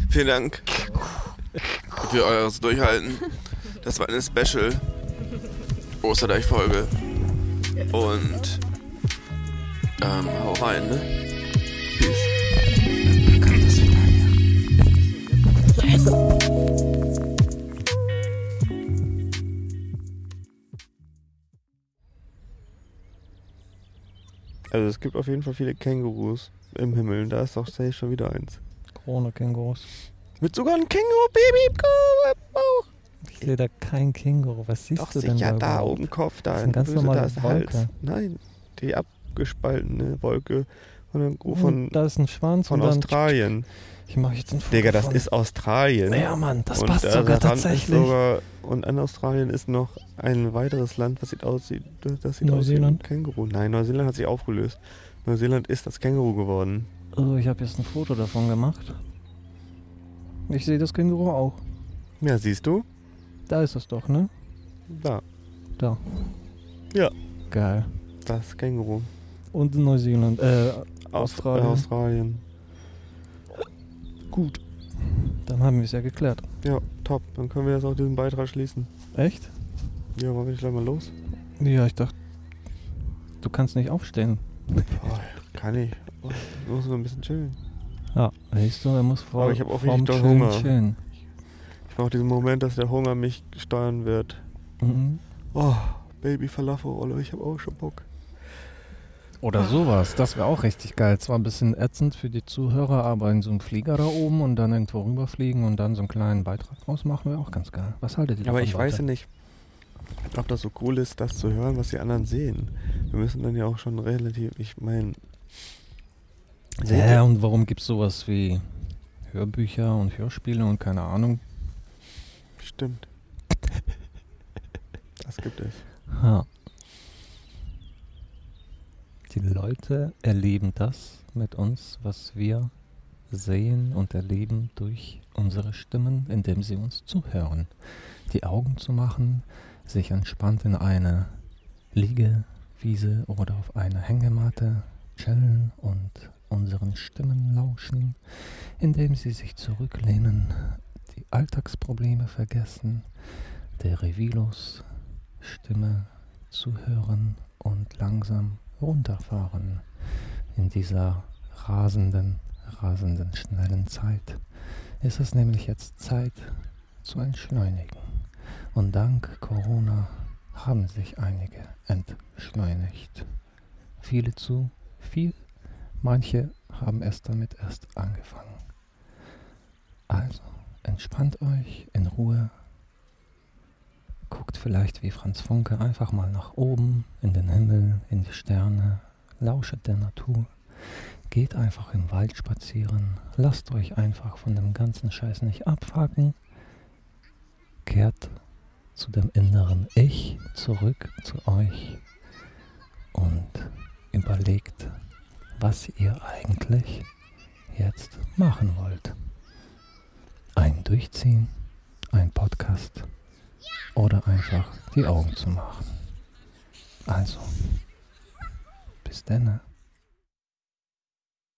Vielen Dank für eures Durchhalten. Das war eine Special Osterdeich-Folge. Und ähm, hau rein, ne?
Also es gibt auf jeden Fall viele Kängurus im Himmel und da ist doch safe schon wieder eins.
Corona-Kängurus.
Mit sogar einem Känguru-Baby im Bauch.
Ich sehe da kein Känguru. Was siehst
Doch
du denn
sicher,
da?
da
überhaupt?
oben Kopf, da
Das ist
ein
eine ganz
Böse,
normale
da ist
Wolke.
Hals. Nein, die abgespaltene Wolke von, einem-
Von,
von,
da ist ein Schwanz
von
und dann
Australien.
Ich mache jetzt ein Foto
Digga, das
von-
ist Australien.
Ja, Mann, das
und äh,
passt
da-
sogar
daran ist
tatsächlich.
Sogar, und an Australien ist noch ein weiteres Land, was sieht aus, wie- das sieht
Neuseeland?
aus wie ein Känguru. Nein, Neuseeland hat sich aufgelöst. Neuseeland ist das Känguru geworden.
Oh, ich habe jetzt ein Foto davon gemacht. Ich sehe das Känguru auch.
Ja, siehst du?
Da ist es doch, ne?
Da.
Da.
Ja.
Geil.
Das Känguru.
Und in Neuseeland, äh,
Aus-
Australien.
äh, Australien.
Gut. Dann haben wir es ja geklärt.
Ja, top. Dann können wir jetzt auch diesen Beitrag schließen.
Echt?
Ja, wollen wir gleich mal los?
Ja, ich dachte, du kannst nicht aufstehen.
Kann ich. Oh, ich muss noch ein bisschen chillen.
Ja, siehst du, er muss vor,
Aber ich habe auch
vorm
richtig doll
Chillen
Hunger.
chillen.
Ich brauche diesen Moment, dass der Hunger mich steuern wird.
Mhm.
Oh, Baby Falafel, ich habe auch schon Bock. Ah.
Oder sowas, das wäre auch richtig geil. Zwar ein bisschen ätzend für die Zuhörer, aber in so einem Flieger da oben und dann irgendwo rüberfliegen und dann so einen kleinen Beitrag draus machen, wäre auch ganz geil. Was haltet ihr
Aber
davon,
ich weiß ja
Leute?
nicht, ob das so cool ist, das zu hören, was die anderen sehen. Wir müssen dann ja auch schon relativ, ich meine, Seht
Hä,
ihr?
und warum gibt es sowas wie Hörbücher und Hörspiele und keine Ahnung?
stimmt. Das gibt es.
Ha. Die Leute erleben das mit uns, was wir sehen und erleben durch unsere Stimmen, indem sie uns zuhören. Die Augen zu machen, sich entspannt in eine Liege, Wiese oder auf einer Hängematte chillen und unseren Stimmen lauschen, indem sie sich zurücklehnen, die Alltagsprobleme vergessen, der Revilos Stimme zuhören und langsam runterfahren in dieser rasenden, rasenden, schnellen Zeit. Ist es nämlich jetzt Zeit zu entschleunigen. Und dank Corona haben sich einige entschleunigt. Viele zu viel, manche haben erst damit erst angefangen. Also, entspannt euch in Ruhe, guckt vielleicht wie Franz Funke einfach mal nach oben, in den Himmel, in die Sterne, lauschet der Natur, geht einfach im Wald spazieren, lasst euch einfach von dem ganzen Scheiß nicht abfacken, kehrt zu dem inneren Ich zurück zu euch und überlegt, was ihr eigentlich jetzt machen wollt. Ein Durchziehen, ein Podcast oder einfach die Augen zu machen. Also, bis dann.